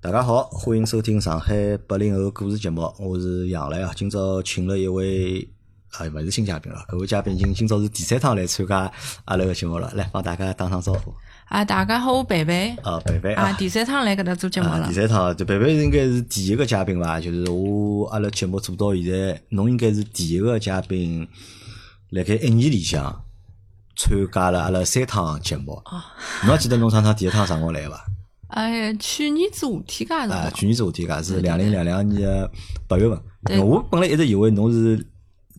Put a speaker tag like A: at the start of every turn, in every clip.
A: 大家好，欢迎收听上海八零后故事节目，我是杨澜啊。今朝请了一位，啊，勿是新嘉宾了，搿位嘉宾已经今朝是第三趟来参加阿拉个节目了，来帮大家打声招呼。
B: 啊，大家好，我贝贝。
A: 啊，贝贝
B: 啊，第三趟来搿搭做节目
A: 啊，
B: 了
A: 第。三趟，就贝贝应该是第一个嘉宾伐？就是我阿拉节目做到现在，侬应该是第一个嘉宾，辣盖一年里向参加了阿拉三趟节目。侬还记得侬上趟第一趟啥辰光来伐？
B: 哎，去年子夏天噶是
A: 啊，
B: 吧？
A: 去年子夏天噶是两零两两年的八月份。
B: 对
A: 我本来一直以为侬是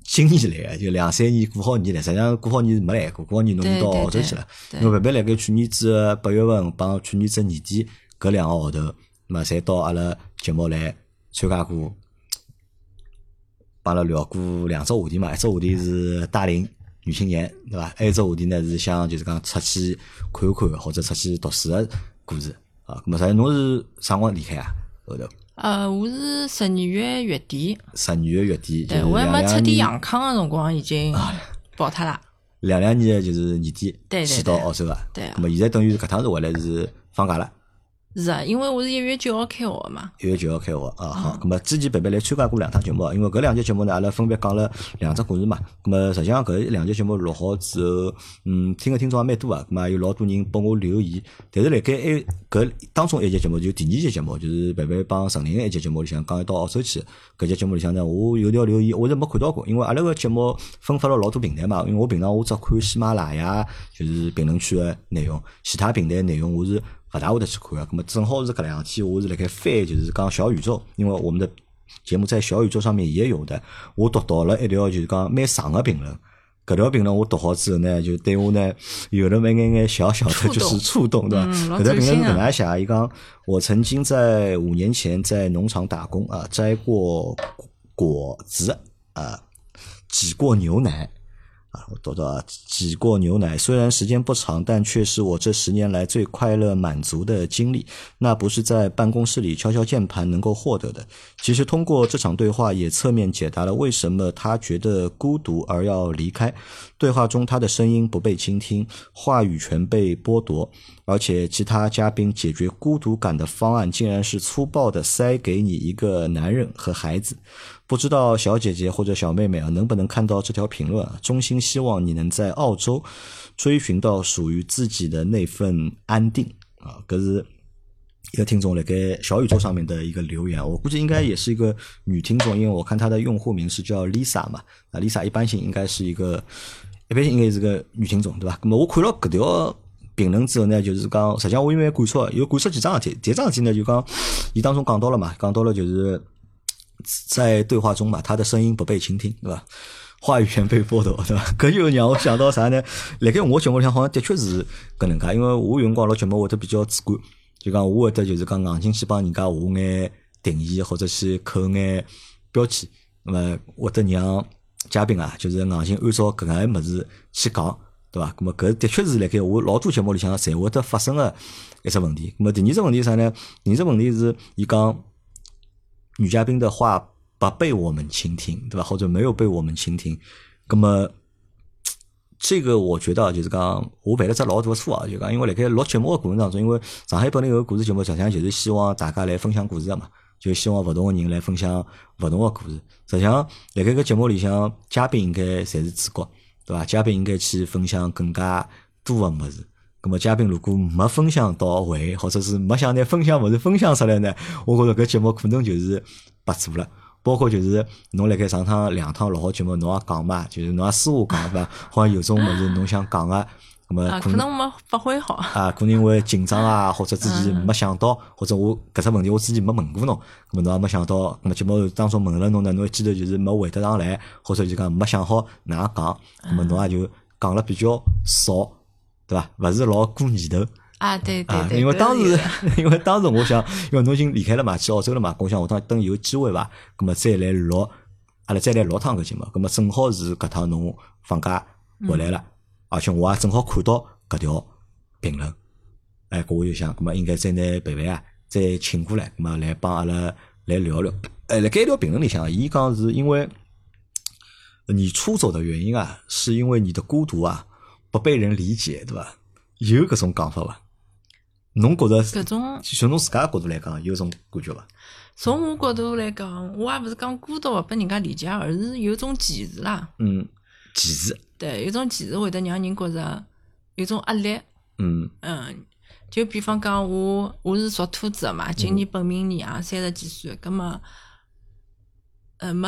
A: 今年来个，就两三年过好年来，实际上过好年是没来过，过好年侬
B: 对
A: 到
B: 对
A: 澳洲
B: 对
A: 去了。
B: 对
A: 因为办办辣盖去年子的八月份帮去年子年底搿两个号头，那么侪到阿拉节目来参加过，帮阿拉聊过两只话题嘛，一只话题是带领女青年，对伐？还有一只话题呢是想就是讲出去看一看或者出去读书的故事啊。咁么啥？侬是啥辰光离开啊？后头
B: 呃，我是十二月月底，
A: 十二月月底，就
B: 对
A: 是哎
B: 我还没
A: 两
B: 彻
A: 两
B: 底
A: 年
B: 阳康的辰光已经跑脱了。
A: 两两年的就是年底
B: 对对
A: 去到
B: 对
A: 澳洲啊。
B: 对啊
A: 咁么现在等于搿趟是回来是放假了。
B: 是啊，因为我是一月九号开学的嘛。
A: 一月九号开学啊，好，咁么之前白白来参加过两趟节目啊，因为搿两节节目呢，阿拉分别讲了两只故事嘛，咁么实际上搿两节节目录好之后，嗯，听个听众也蛮多啊，咁么也有老多人帮我留言，但是辣盖埃搿当中一节节目就第二节节目，就是白白帮陈宁的一节节目里向讲一到澳洲去，搿节节目里向呢，我有条留言我是没看到过，因为阿拉个节目分发了老多平台嘛，因为我平常我只看喜马拉雅就是评论区的内容，其他平台的内容我是。勿大会得去看啊。咁么正好是搿两天，我是辣盖翻，就是讲小宇宙，因为我们的节目在小宇宙上面也有的。我读到了一条就是讲蛮长的评论，搿条评论我读好之后呢，就对我呢有了蛮眼眼小小的
B: 触动
A: 就是触动，对伐？
B: 嗯老
A: 搿条
B: 走
A: 评论是
B: 心
A: 搿
B: 啊
A: 能介写啊，伊讲我曾经在五年前在农场打工啊，摘过果子啊，挤过牛奶。啊，我读到啊，挤过牛奶，虽然时间不长，但却是我这十年来最快乐满足的经历。那不是在办公室里敲敲键盘能够获得的。其实通过这场对话，也侧面解答了为什么他觉得孤独而要离开。对话中，他的声音不被倾听，话语权被剥夺，而且其他嘉宾解决孤独感的方案，竟然是粗暴的塞给你一个男人和孩子。不知道小姐姐或者小妹妹啊，能不能看到这条评论啊？衷心希望你能在澳洲追寻到属于自己的那份安定啊！可是一个听众来给小宇宙上面的一个留言，我估计应该也是一个女听众，因为我看她的用户名是叫 Lisa 嘛，啊，Lisa 一般性应该是一个，一般性应该是个女听众，对吧？那么我看了搿条评论之后呢，就是讲，实际上我因为观察，有观察几桩事体，第一桩事体呢就讲，伊当中讲到了嘛，讲到了就是在对话中嘛，他的声音不被倾听，对吧？ 话语权被剥夺，对吧？ 搿就让我想到啥呢？辣盖我节目里向好像的确是搿能介，因为我有辰光录节目会得比较主观，就讲我会得就是讲硬劲去帮人家下眼定义，或者去扣眼标签，那么会得让嘉宾啊，就是硬劲按照搿能介物事去讲，对伐？咁么搿的确是辣盖我老多节目里向侪会得发生个一只问题。咁么第二只问题是啥呢？第二只问题是伊讲女嘉宾的话不被我们倾听，对吧？或者没有被我们倾听，那么。这个我觉得啊就是讲，我犯了只老大的错啊，就讲因为辣盖录节目的过程当中，因为上海本来有个故事节目，实际上就是希望大家来分享故事的啊嘛，就希望勿同的人来分享勿同的故事。实际上，辣盖搿节目里向，嘉宾应该侪是主角，对伐？嘉宾应该去分享更加多的物事。咁么嘉宾如果没分享到位，或者是没想拿分享物事分享出来呢，我觉着搿节目可能就是白做了。包括就是侬辣盖上趟两趟录好节目，侬也讲嘛，就是侬也私下讲对伐？好像有种物事侬想讲个，咁么
B: 啊，可能没发挥好。
A: 啊，可能会紧张啊，或者之前没想到，或者我搿只问题我之前没问过侬，咁么侬也没想到，咁么节目当中问了侬呢，侬一记头就是没回答上来，或者就讲没想好哪样讲，咁么侬也就讲了比较少，对伐？勿是老过年头。
B: 啊，对对
A: 啊，
B: 对，
A: 因为
B: 搿
A: 当
B: 是有
A: 时
B: 的
A: 因为当时我想，因为侬已经离开了嘛，去澳洲了嘛，我想我当等有机会伐，葛么再来录，阿拉再来录趟搿节目，葛么正好是搿趟侬放假回来
B: 嗯
A: 了，而且我也正好看到搿条评论，哎，搿我就想，葛么应该再拿贝贝啊再请过来，葛么来帮阿拉来聊聊。哎，辣盖一条评论里向，伊讲是因为你出走的原因啊，是因为你的孤独啊不被人理解，对伐？有搿种讲法伐？侬觉着，
B: 搿种
A: 就侬自家角度来讲，有种感觉伐？
B: 从我角度来讲，我也勿是讲孤独勿拨人家理解，而是有种歧视啦。
A: 嗯，歧视，
B: 对，有种歧视会得让人觉着有种压力。
A: 嗯
B: 嗯，就比方讲，我我是属兔子的
A: 嗯
B: 嘛，今年本命年啊，三十几岁，葛么，呃，没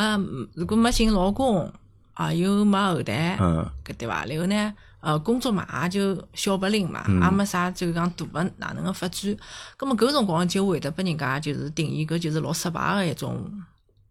B: 如果没寻老公啊，又没后代，
A: 嗯
B: 搿对伐？然后呢，呃，工作嘛也就小白领嘛，
A: 嗯
B: 也没啥就是讲大个哪能个发展。葛么搿辰光就会得拨人家就是定义搿就是老失败个一种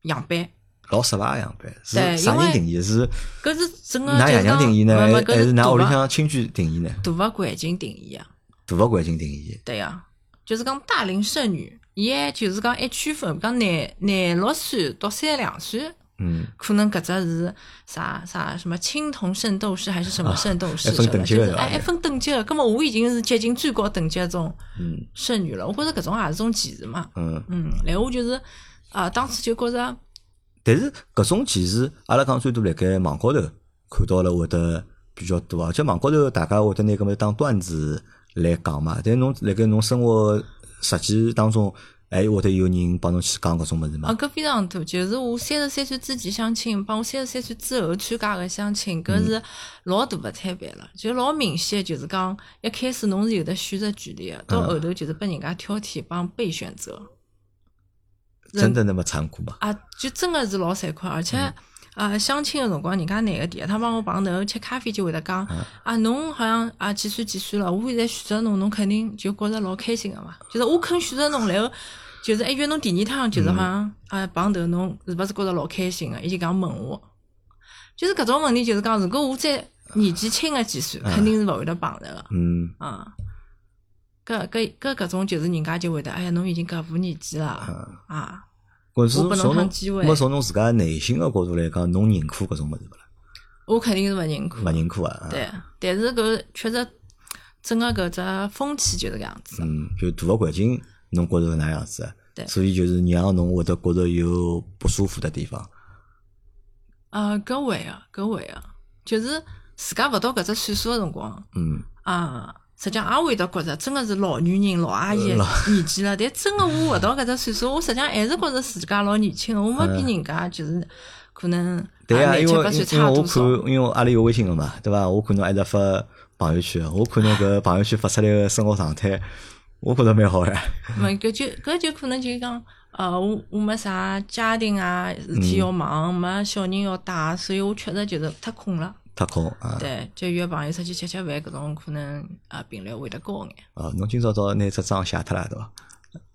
B: 样板。
A: 老失败个样板，
B: 对
A: 是
B: 因
A: 啥人
B: 为
A: 定义？是
B: 搿是整个
A: 㑚
B: 就
A: 爷
B: 是
A: 娘
B: 讲
A: 定义呢，
B: 没没搿
A: 还是㑚屋里
B: 大个
A: 向亲眷定义呢？
B: 大个环境定义啊。
A: 大个环境定义，
B: 对呀、就是讲大龄剩女，伊还就是讲还区分，讲廿廿六岁到三十两岁，
A: 嗯，
B: 可能搿只是啥啥什么青铜圣斗士还是什么圣斗士
A: 还啊分
B: 什么，
A: 等级
B: 就
A: 的
B: 是
A: 对吧
B: 哎还分等级的，根本我已经是接近最高等级的这种
A: 嗯
B: 剩女了，我觉着搿种也是种歧视嘛。
A: 嗯。
B: 嗯，然后我就是啊、当时就觉着
A: 但是搿种歧视，阿拉讲最多辣盖网高头看到了会得比较多啊，而且网高头大家会得拿搿么当段子来讲嘛。但侬辣盖侬生活实际当中，还会得有人帮侬去讲搿种物事
B: 啊，
A: 嘛？
B: 搿非常多，就是我三十三岁之前相亲，帮我三十三岁之后参加个相亲，搿是老大个差别了，就老明显，就是讲一开始侬是有得选择权利个，到后头就是被人家挑剔帮被选择，
A: 真的那么残酷嘛？
B: 啊，就真个是老残酷，而且。啊，相亲个辰光，人家男个第一趟帮我碰头吃咖啡就会得讲，啊，侬好像啊几岁几岁了，我现在选择侬，侬肯定就觉着老开心个嘛。就是我肯选择侬，然后就是还约侬第二趟，就是好像啊碰头侬是勿是觉着老开心个？伊就讲问我，就是搿种问题，就是讲如果我再年纪轻个几岁，肯定是勿会得碰着个。
A: 嗯，
B: 啊，搿搿搿搿种就是人家就会得，哎呀，侬已经搿副年纪了啊。
A: 搿是
B: 我拨侬
A: 从侬
B: 趟机会
A: 没从侬自家内心个角度来讲，侬认可搿种物事勿啦？
B: 我肯定是勿认可。
A: 勿认可啊？啊，
B: 嗯对，但是搿确实整个搿只风气就是搿样子。
A: 嗯，就大个环境，侬觉着是哪样子？
B: 对
A: 所以就是让侬会得觉着有不舒服的地方。
B: 啊，搿会啊，搿会啊，就是自家勿到搿只岁数个辰光
A: 嗯，
B: 啊，实际上也会得觉着真个是老女人、老阿姨的
A: 呃老
B: 年纪了。但真个我勿到搿只岁数，我实际上还是觉着自家老年轻的，我没比人家就是可能
A: 嗯对呀，
B: 啊廿
A: 因
B: 七
A: 为
B: 八岁
A: 因为
B: 差
A: 我
B: 多
A: 看
B: 少。，
A: 因为阿拉有微信个嘛，对伐？我看侬一直发朋友圈，我看侬 搿朋友圈发出来个生活状态，我觉着蛮好呀。
B: 没搿就搿就可能就是讲，呃，我我没啥家庭啊事
A: 嗯
B: 体要忙，没小人要带，所以我确实就是太空了。
A: 太空啊！
B: 对，就约朋友出去吃吃饭，搿种可能啊频率会得高眼。
A: 啊，侬今朝早拿只账写脱了对伐？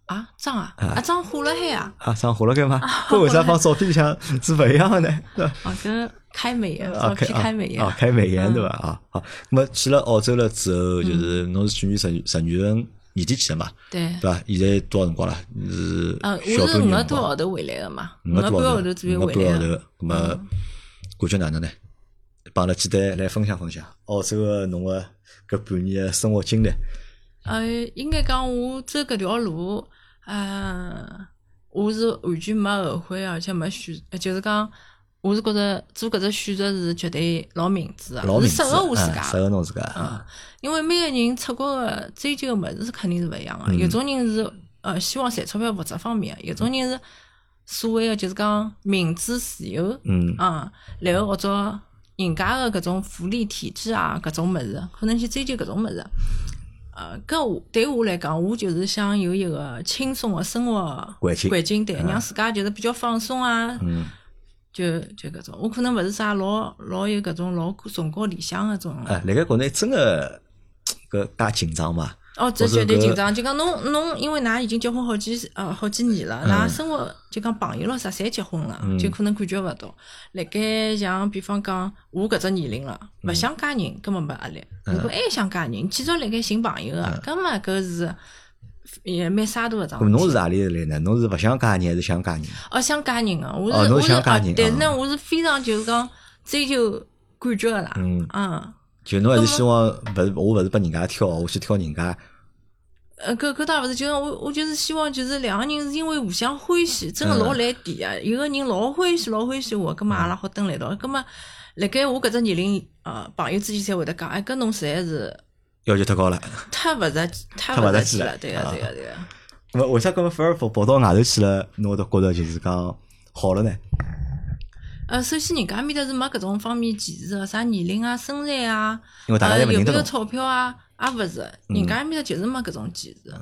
B: 啊，张啊，啊张火了海啊，
A: 啊，账画了该嘛？搿为啥放照片里向是勿一样个 呢？对伐
B: 啊搿开美颜，
A: 啊
B: 照
A: 开
B: 片开美颜嗯
A: 啊，啊，开美颜对伐？啊，好，那么去了澳洲了之后，就是侬是去年十十月份年底去的嘛，
B: 对。
A: 对伐？现在多少辰光了？是
B: 呃，我
A: 小
B: 是
A: 半
B: 五
A: 年
B: 个
A: 了
B: 多
A: 吧
B: 号头回来个嘛，
A: 五
B: 五
A: 个
B: 个
A: 多
B: 半号
A: 号
B: 头
A: 头，
B: 左右
A: 五个
B: 回来嗯
A: 半号
B: 个。
A: 头，那么感觉哪能呢？帮阿拉简单来分享分享澳洲个侬个搿半年个生活经历。
B: 呃，应该讲我走搿条路，呃，我是完全没后悔，而且没选，呃就是讲，我是觉着做搿只选择是绝对老明智
A: 老
B: 个，
A: 明智
B: 是适合我自嗯家
A: 啊
B: 的
A: 适。合侬自家啊。
B: 因为每个人出国个追求个物事是肯定是勿一样个、有种人是呃希望赚钞票物质方面的，有种人是所谓个就是讲民主自由，
A: 嗯
B: 啊，然后或者人家个搿种福利体制啊搿种物事，可能去追求搿种物事。呃，搿我对我来讲，我就是想有一个轻松个生活
A: 环境
B: 环境对，让自家就是比较放松啊，
A: 嗯
B: 就就搿种。我可能勿是啥老老有搿种老崇高理想个种。
A: 啊，辣盖国内真个搿介紧张嘛？
B: 哦，
A: 或
B: 这
A: 者
B: 绝对
A: 搿
B: 紧张。就讲侬侬，因为㑚已经结婚好几呃好几年
A: 嗯
B: 了，㑚生活就讲朋友咯啥，侪结婚了，就可能感觉勿到。辣盖像比方讲，我搿只年龄了，
A: 嗯
B: 勿想嫁人根本没压力。如果还想嫁人，继续辣盖寻朋友个，根本搿是也蛮沙度个桩
A: 咾
B: 事
A: 嗯侬
B: 体。
A: 是何里来呢？侬是勿想嫁人还是想嫁人？
B: 哦，想嫁人个，我
A: 哦
B: 是
A: 侬
B: 我
A: 是
B: 是
A: 想嫁
B: 啊
A: 人，
B: 但是
A: 啊
B: 呢，我是非常就是讲追求感觉个啦，
A: 嗯
B: 嗯。
A: 就侬还是希望勿是我勿是拨人家挑，哦我去挑人家。
B: 呃，搿搿倒勿是，就是我我就是希望，就是两个人是因为互相欢喜，真个
A: 嗯
B: 老来电啊！有个人老欢喜，老欢喜我，葛末阿拉好蹲辣一道。葛末辣盖我搿只年龄，呃，朋友之间侪会得讲，哎，搿侬实在是
A: 要求太高了。
B: 太勿值，太
A: 太勿
B: 勿
A: 值
B: 值
A: 气
B: 气
A: 了
B: 了，对个
A: 啊
B: 对个对个。
A: 那么为啥搿么反而跑跑到外头去了？侬会得觉得就是讲好了呢？
B: 呃，首先人家埃面搭是没搿种方面歧视个，啥年龄啊、身材啊，
A: 因为大家
B: 呃
A: 侪勿认
B: 有
A: 得
B: 没有
A: 侬，嗯
B: 钞票啊，也勿是，人家埃面搭就是没搿种歧视。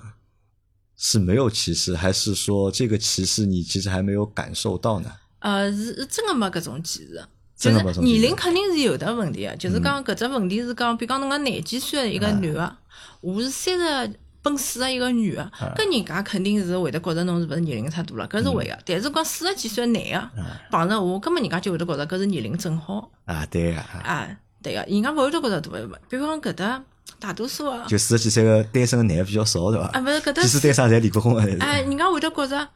A: 是没有歧视，还是说这个歧视你其实还没有感受到呢？
B: 呃，是是真个没搿种歧视。就
A: 真的没
B: 是
A: 种歧视嗯
B: 年龄肯定是有的问题个，啊就是讲搿只问题是讲，比方侬讲廿几岁的一个男个，
A: 哎
B: 我是三十奔四的一个女个，搿人家肯定是会得觉着侬是勿是年龄太大
A: 嗯
B: 了，搿是会个。但是讲四十几岁的男个
A: 哎
B: 碰着我，根本人家就会得觉着搿是年龄正好
A: 啊，对个、啊，
B: 啊，对个，人家勿会得觉着大。比方讲搿搭大多数个，
A: 就四十几岁个单身个男的比较少，对
B: 啊
A: 伐？
B: 勿是搿搭
A: 即使单身侪离过婚的，但是
B: 哎，人家会得觉着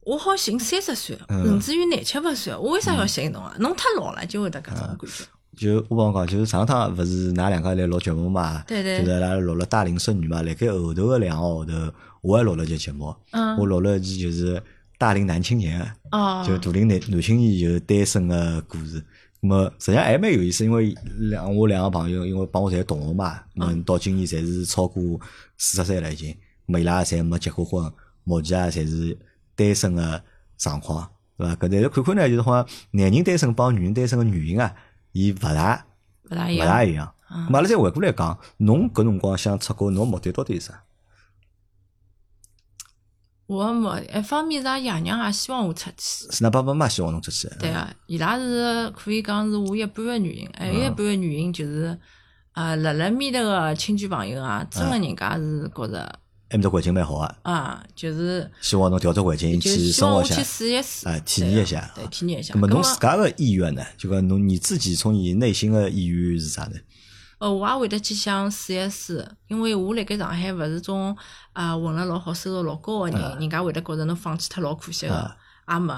B: 我好寻三十岁，
A: 嗯
B: 甚至于廿七八岁，我为啥要寻侬啊？侬太老了，就会得搿种感觉。
A: 就我帮侬讲，就是上趟勿是㑚两家来录节目嘛，
B: 对对
A: 就是阿拉录了《大龄剩女》嘛，辣盖后头个两个号头，我也录了一期节目，
B: 嗯
A: 我录了一期就是大龄男青年，
B: 哦，
A: 就大龄男男青年就是单身个故事。那么实际上还蛮有意思，因为两我两个朋友，因为帮我侪同学嘛，
B: 啊
A: 那么到今年侪是超过四十岁了已经，那么伊拉侪没结过婚，目前也侪是单身个状况，对伐？搿但是看看呢，就是好像男人单身帮女人单身个原因啊，伊勿大
B: 勿大一
A: 勿大
B: 样。
A: 一样。
B: 嗯
A: 咁阿拉再回过来讲，侬搿辰光想出国，侬目的到底是啥？
B: 我没，一方面是阿爷娘也希望我出去，
A: 是㑚爸爸妈妈希望侬出去？
B: 对个、伊拉是可以讲是我一半个原因，还有
A: 嗯
B: 一半个原因就是，啊，辣辣面头个亲戚朋友啊，真个人家是觉着
A: 埃面搭环境蛮好啊，
B: 啊，就是
A: 希望侬调只环境
B: 就
A: 去
B: 希
A: 生
B: 望
A: 活
B: 我
A: 一下
B: 去。试一试
A: 啊，体
B: 对
A: 验一
B: 个
A: 下
B: 对，体验一下。
A: 咁么侬
B: 么
A: 自家个意愿呢？就讲侬你自己从你内心个意愿是啥呢？
B: 呃，我也会得去想试一试，因为我辣盖上海勿是种啊混了老好、收入老高
A: 啊
B: 个人，人家会得觉着侬放弃脱老可惜个，也没。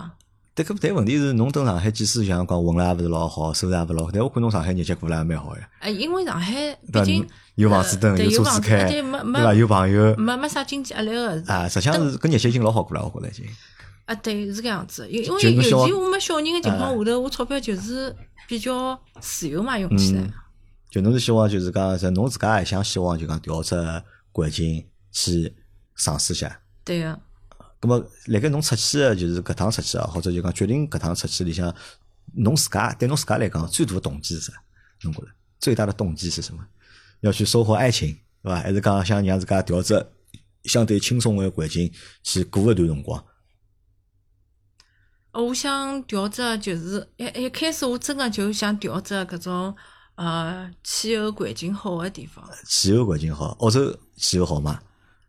A: 但搿但问题是，侬等上海，即使像讲混了也勿是老好，收入也勿老好，但我看侬上海日脚过了也蛮好呀，
B: 呃，因为上海毕
A: 对伐
B: 竟？
A: 有房子
B: 呃
A: 蹲，
B: 对
A: 车
B: 有
A: 子
B: 房子
A: 开，
B: 而且没
A: 对伐？
B: 没嗯
A: 有朋友
B: 没没啥经济压力个。
A: 啊，实际上是搿日脚已经老好过了，我觉着已经。
B: 啊，对，是搿样子。因因
A: 就
B: 为
A: 是
B: 尤其
A: 小
B: 我没小人个情况下头，我钞票就是比较自由嘛，用起来
A: 啊嗯。就侬是希望就是讲，是侬自家也想希望就讲调只环境去尝试一下。
B: 对啊个，
A: 咁么，辣盖侬出去个就是搿趟出去啊，或者就讲决定搿趟出去里向，侬自家对侬自家来讲，最大的动机是啥？侬觉着最大的动机是什么？要去收获爱情，对伐？还是讲想让自家调只相对轻松个环境去过一段辰光？
B: 呃，我想调只就是一一开始我真个就想调只搿种呃气候环境好个地方。
A: 气候环境好，澳洲气候好嘛？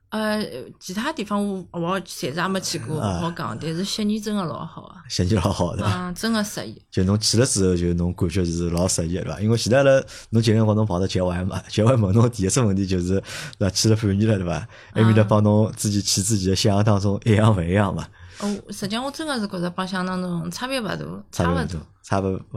B: 呃，其他地方我我暂时也没去过，勿
A: 啊
B: 好讲。但是悉尼真个老好啊，
A: 心情老好，对伐？
B: 嗯，真个适宜。
A: 就侬去了之后，就侬感觉是老适宜的，对伐？因为前头阿拉侬前两帮侬跑到节外嘛，节外问侬第一只问题就是，对伐？去了半年了，对伐？埃面搭
B: 嗯
A: 帮侬自己去自己的想象当中一样勿一样嘛，
B: 哦，实际上我真个是觉着帮想当中差别勿大，
A: 差
B: 差
A: 别
B: 勿
A: 勿大。，差别勿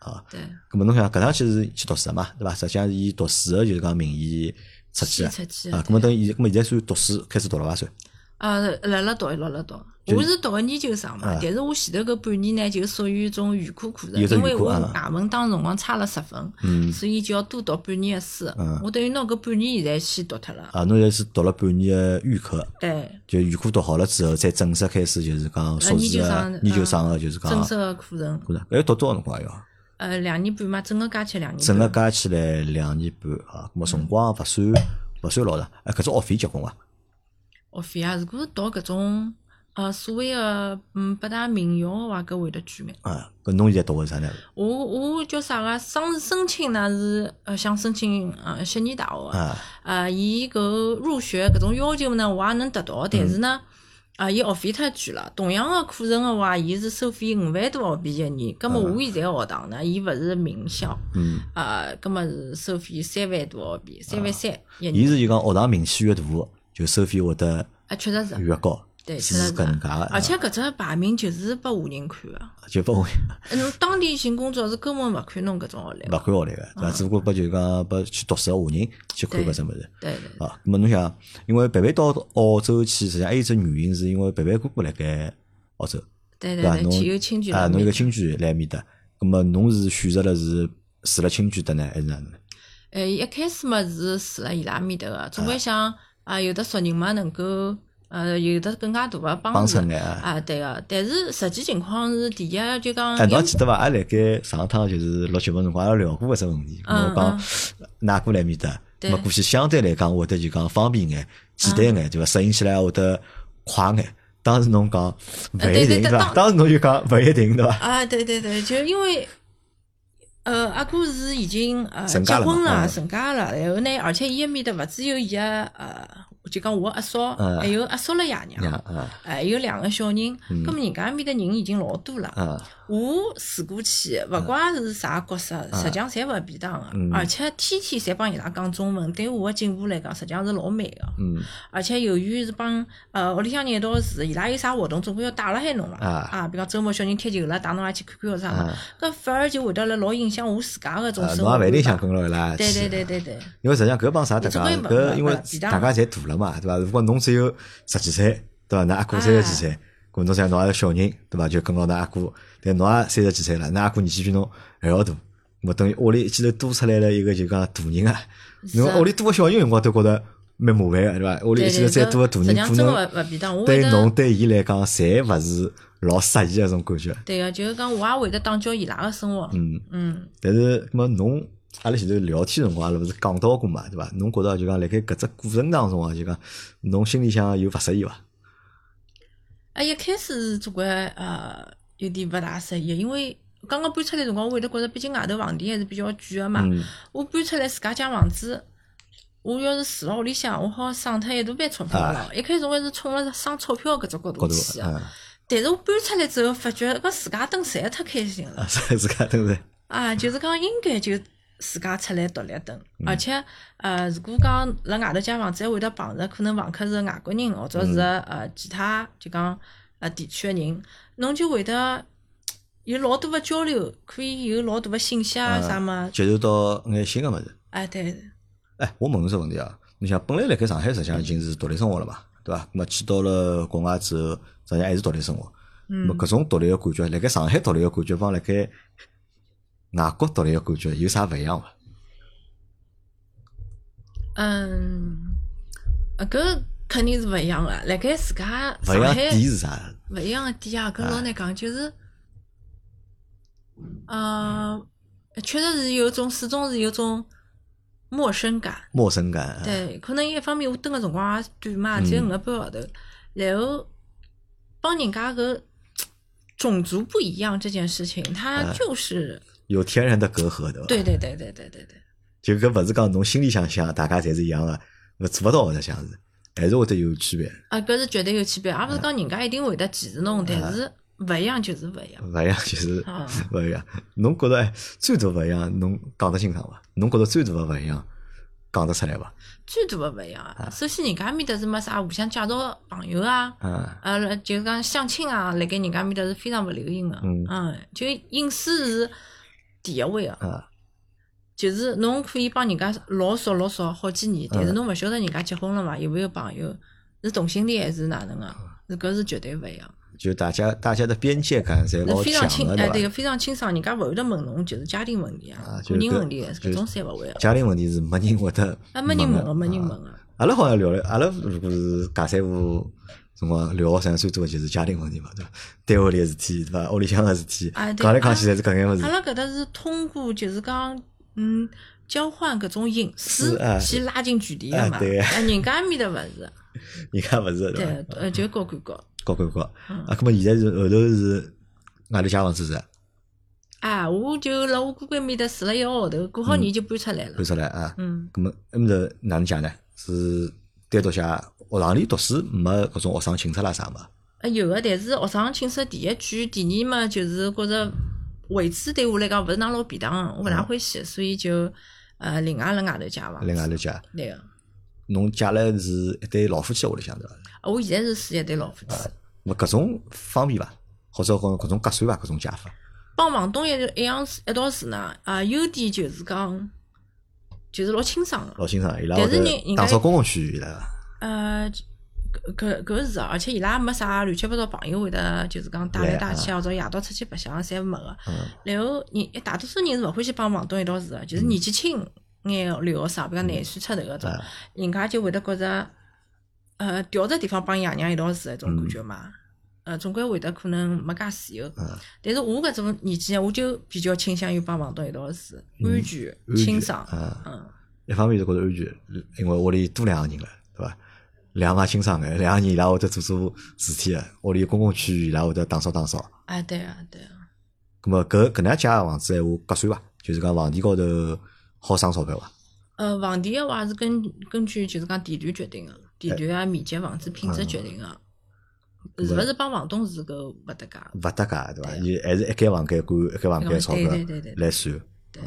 A: 大啊。
B: 对，
A: 咁么侬想搿趟去是去读书的嘛，对伐？实际上是以读书的就是讲名义出去的
B: 先出去
A: 啊
B: 的。
A: 咁么等于现，咁么现在算读书开始读了伐？算
B: 呃，辣辣读，辣辣读。我是读个研究生嘛，但是我前头搿半年呢，就属于种预科课程，
A: 啊有种
B: 因
A: 预
B: 为
A: 科
B: 我
A: 啊嗯
B: 外文当时辰光差了十分，所以就要多读半年个书。我等于拿搿半年现在先读脱了。
A: 啊，侬现在是读了半年的预科。
B: 对，
A: 就预科读好了之后，再正式开始就是讲硕士的
B: 呃研究生嗯
A: 研究生的，就是讲，
B: 正式个课程，
A: 可能要读多少辰光啊要？
B: 呃，两年半嘛，整个加起来两年半。
A: 整个加起来两年半啊，咁么辰光勿算
B: 嗯
A: 勿算老长，哎，搿种学费结棍伐？
B: 学费啊，如果是读搿种呃所谓个嗯八大名校个话，搿会得居民。
A: 啊，搿侬现在读个是啥呢？
B: 我我叫啥个？申申请呢是呃想申请呃悉尼大学个，
A: 啊，
B: 呃伊搿入学搿种要求呢，我也能达到，但是
A: 嗯
B: 呢。啊，伊学费太贵了。同样个课程个话，伊是收费五万多澳币一年。葛么我现在学堂呢，伊勿是名校，
A: 啊嗯，
B: 啊，葛么是收费三万多澳币，三万三一
A: 啊伊
B: 年。
A: 是就讲学堂名气越大，就收费会得
B: 啊，确实是，
A: 越高，
B: 对，确实
A: 是
B: 是
A: 搿能介个，
B: 而且搿只排名就是拨华人看个。
A: 啊就勿会
B: 哎侬当地寻工作是根本勿看侬搿种学历
A: 勿看
B: 的，
A: 学历个，对伐？只不过拨就讲拨去读书个华人去看搿
B: 嗯对
A: 只物事。
B: 对对，
A: 啊，咁么侬想，因为贝贝到澳洲去，实际上还有一只原因，是因为贝贝哥哥辣盖澳洲，
B: 对
A: 伐？
B: 对对，
A: 侬
B: 亲有亲眷
A: 啊，
B: 辣
A: 侬有
B: 面
A: 个亲眷辣埃面搭，咁么侬是选择了是住了亲眷搭呢，还是哪能呢？
B: 呃，一开始嘛是住辣伊拉面搭个，总归想啊，有的熟人嘛能够呃，有的更加大个帮
A: 帮
B: 助
A: 衬眼啊。
B: 啊，对个。但是实际情况是，第一就讲
A: 哎，
B: 因
A: 侬
B: 为，
A: 记得伐？阿拉辣盖上趟就是录节目辰光，阿拉聊过搿只问题。
B: 嗯
A: 我讲拿过来面搭，
B: 对嗯
A: 咹过去相对来讲会得就讲方便眼、简单眼，对伐？适应起来会得快眼。当时侬讲勿
B: 呃
A: 一
B: 对对
A: 定对
B: 对
A: 伐？
B: 当
A: 当时侬就讲勿一定对伐？
B: 啊，对对对，就因为呃，阿哥是已经呃
A: 成
B: 结
A: 家了嘛
B: 婚了，
A: 嗯
B: 成家了，然后呢，而且伊埃面搭勿只有伊个呃，就讲我阿嫂，
A: 嗯
B: 还有阿嫂了爷
A: 呀
B: 娘。
A: 啊
B: 哎，有两个小人，
A: 嗯
B: 咁么人家埃面搭人已经老多了。
A: 啊
B: 我住过去，勿怪是啥角色，实际上侪勿便当
A: 嗯
B: 个，而且天天侪帮伊拉讲中文，对我个进步来讲，实际上是老慢个。
A: 嗯
B: 而且由于是帮呃屋里向人一道住，伊拉有啥活动总归要带辣海侬嘛。
A: 啊
B: 啊，比方周末小人踢球了，带侬也去看看啥嘛
A: 啊。
B: 搿反而就会得了老影响我自家个种
A: 啊！
B: 生
A: 侬也
B: 活。
A: 勿一定想。跟牢伊拉
B: 对对
A: 去
B: 对对对。
A: 因为实际上搿帮啥搭
B: 总
A: 讲，
B: 归勿
A: 搿因为
B: 勿便当
A: 大家侪大了嘛，对伐？如果侬只有十几岁，对伐？㑚阿哥三十几岁，搿侬想侬也是小人，对伐？就跟牢㑚阿哥，但侬也三十几岁了，㑚阿哥年纪比侬还要大，咾等于屋里一记头多出来了一个就讲大人啊，
B: 是啊
A: 侬屋里多个小人有辰光都觉得蛮麻烦个，对伐？屋里一
B: 对
A: 记头
B: 对，
A: 再多个大
B: 搿实际
A: 人，
B: 上
A: 可
B: 真
A: 能
B: 勿勿便当，我会
A: 对侬
B: 得。
A: 对伊来讲，侪勿是老适宜个种感觉。
B: 对个，就是讲我也会得打搅伊拉个生活。
A: 嗯，
B: 嗯，
A: 但是，咁么侬阿拉前头聊天辰光，阿拉勿是讲到过嘛，对伐？侬觉着就讲辣盖搿只过程当中啊，就讲侬心里向有勿适意伐？
B: 啊，一开始是总归呃有点勿大适意，因为刚刚搬出来辰光，我会得觉着，毕竟外头房钿还是比较贵个嘛。
A: 嗯
B: 我搬出来自家家房子，我要是住辣屋里向，我好省脱一大笔钞票了。一开始我还是冲了省钞票搿只
A: 哎
B: 角
A: 角
B: 度
A: 度
B: 去，的，
A: 嗯，
B: 但是我搬出来之后，发觉搿自家蹲实在太开心了
A: 啊， 自家都是，
B: 啊！就是讲应该就自家出来独立蹲，
A: 嗯
B: 而且呃，如果讲辣外头借房子，还会得碰着可能房客是外国人，或者是
A: 嗯
B: 呃其他就讲呃地区个人，侬就会得。有老多个交流，可以有老多个信息啊，啥么？
A: 接受到眼新个物事。
B: 哎，对，
A: 哎，我问侬只问题啊，侬想本来辣盖上海实际上已经是独立生活了嘛，对伐？咁么去到了国外之后，实际上还是独立生活。咁
B: 嗯
A: 么搿种独立个感觉，辣盖上海独立个感觉，帮辣盖外国独立个感觉有啥勿一样伐？
B: 嗯，呃，搿肯定是勿一样个。辣盖自家
A: 勿一
B: 上
A: 样
B: 海
A: 点是啥？
B: 勿一样个点啊，跟老难讲，就是，呃，确实是有种，始终是有种陌生感。
A: 陌生感。啊，
B: 对，可能一方面我蹲个辰光也短嘛，
A: 嗯
B: 只有五个半号头，然后帮人家搿种族不一样这件事情，它就是，
A: 有天然的隔阂，对伐？
B: 对对对对对对对。
A: 就搿勿是讲侬心里想想，大家侪是一样个，勿做勿到实际上是，还是会得有区别，
B: 啊，搿是绝对有区别，也勿是讲人家一定会得歧视侬，但是勿一样就是勿一样。
A: 勿一样就是
B: 啊
A: 勿一样。侬觉得哎最大勿一样，侬讲得清爽伐？侬觉得最大个勿一样，讲得出来伐？
B: 最大个勿一样啊！首先，人家埃面搭是没啥互相介绍朋友啊，
A: 啊，
B: 呃，了就是讲相亲啊，辣盖人家埃面搭是非常勿流行个。
A: 嗯
B: 嗯，就隐私是第一位
A: 啊
B: 个。就是侬可以帮人家老熟老熟好几年，但是
A: 嗯
B: 侬勿晓得人家结婚了嘛，有没有朋友，是同性恋还是哪能个？
A: 啊
B: 是搿是绝对勿一样，
A: 就大家大家的边界感侪老
B: 是非常
A: 强
B: 清
A: 个，
B: 哎，
A: 对
B: 对
A: 伐？
B: 个非常清爽，人家勿会得问侬就是家庭问题
A: 啊
B: 啊、
A: 就
B: 个
A: 是
B: 人
A: 搿
B: 问题啊
A: 就
B: 搿
A: 是
B: 种侪勿会个。
A: 家庭问题是没人会得，
B: 啊，没人问个，没人问。啊个。
A: 阿拉好像聊了，阿拉如果是假三胡辰光聊好像最多的就是家庭问题嘛，对伐？单位里个事体，对伐？屋里向个事体，
B: 啊对
A: 讲来讲去侪是搿眼物事
B: 阿。拉搿搭是通过就是讲，嗯，交换搿种隐
A: 是
B: 私
A: 啊
B: 去拉近距离个
A: 啊
B: 嘛。
A: 对
B: 啊，人家埃面搭勿是，
A: 人家勿是
B: 对
A: 伐？，
B: 呃，就高管高。
A: 高高高，
B: 嗯
A: 啊，咁么现在是后头是外头借房子是
B: 啊，我就辣我哥哥埃面搭住了一个号头，过
A: 嗯
B: 好年就搬出来了
A: 搬。出来啊，
B: 嗯，
A: 咁么埃面头哪能借呢？是单独借，学堂里读书没搿种学生寝室啦啥嘛？
B: 啊有个，但是学生寝室第一句，第二嘛就是觉着位置对我来讲勿是哪老便当，我勿大欢喜，所以就呃另外辣外头借房
A: 嗯另外
B: 子。
A: 头借，
B: 对个，啊
A: 侬借了是一对老夫妻屋里向对伐？
B: 我现在是住一对老夫妻。
A: 咁搿种方便伐？或者讲搿种隔算伐？搿种借法
B: 帮房东一一样住一道住呢，啊，优点就是讲，就是老清爽个，
A: 老清爽，伊拉
B: 但
A: 会
B: 是人
A: 得
B: 人
A: 打
B: 家
A: 扫公共区域伊拉。
B: 呃，搿搿搿是啊，而且伊拉也没啥乱七八糟朋友会得，就是讲带来带去啊，或者夜到出去白相啊，侪没个。
A: 嗯
B: 然后人大多数人是勿欢喜帮房东一道住个，就是年纪轻，眼留学生，比如讲廿岁出头搿种，人家就会得觉着，呃，调只地方帮爷娘一道住，一种感觉嘛。呃，总归会得可能没介自由，但是我搿种年纪呢，啊我就比较倾向于帮房东一道住，嗯安全、
A: 安
B: 清
A: 全
B: 爽，
A: 啊
B: 嗯。
A: 一方面是觉着安全，因为屋里多两个人了，对伐？两个也清爽眼，两个人伊拉会得做做事体个，屋里有公共区域伊拉会得打扫打扫。
B: 哎，对啊，对啊，
A: 咁么搿搿能介个房子闲话，合算伐？就是讲房钿高头好省钞票伐？
B: 呃，房钿个话是根根据就是讲地段决定个，
A: 哎
B: 地段啊、面积、房子品质决定个。是勿是帮房东是搿勿搭界？
A: 勿搭界对伐？
B: 对啊
A: 伊还是一间房间管一间房间钞票
B: 对对对对对
A: 来算。
B: 对，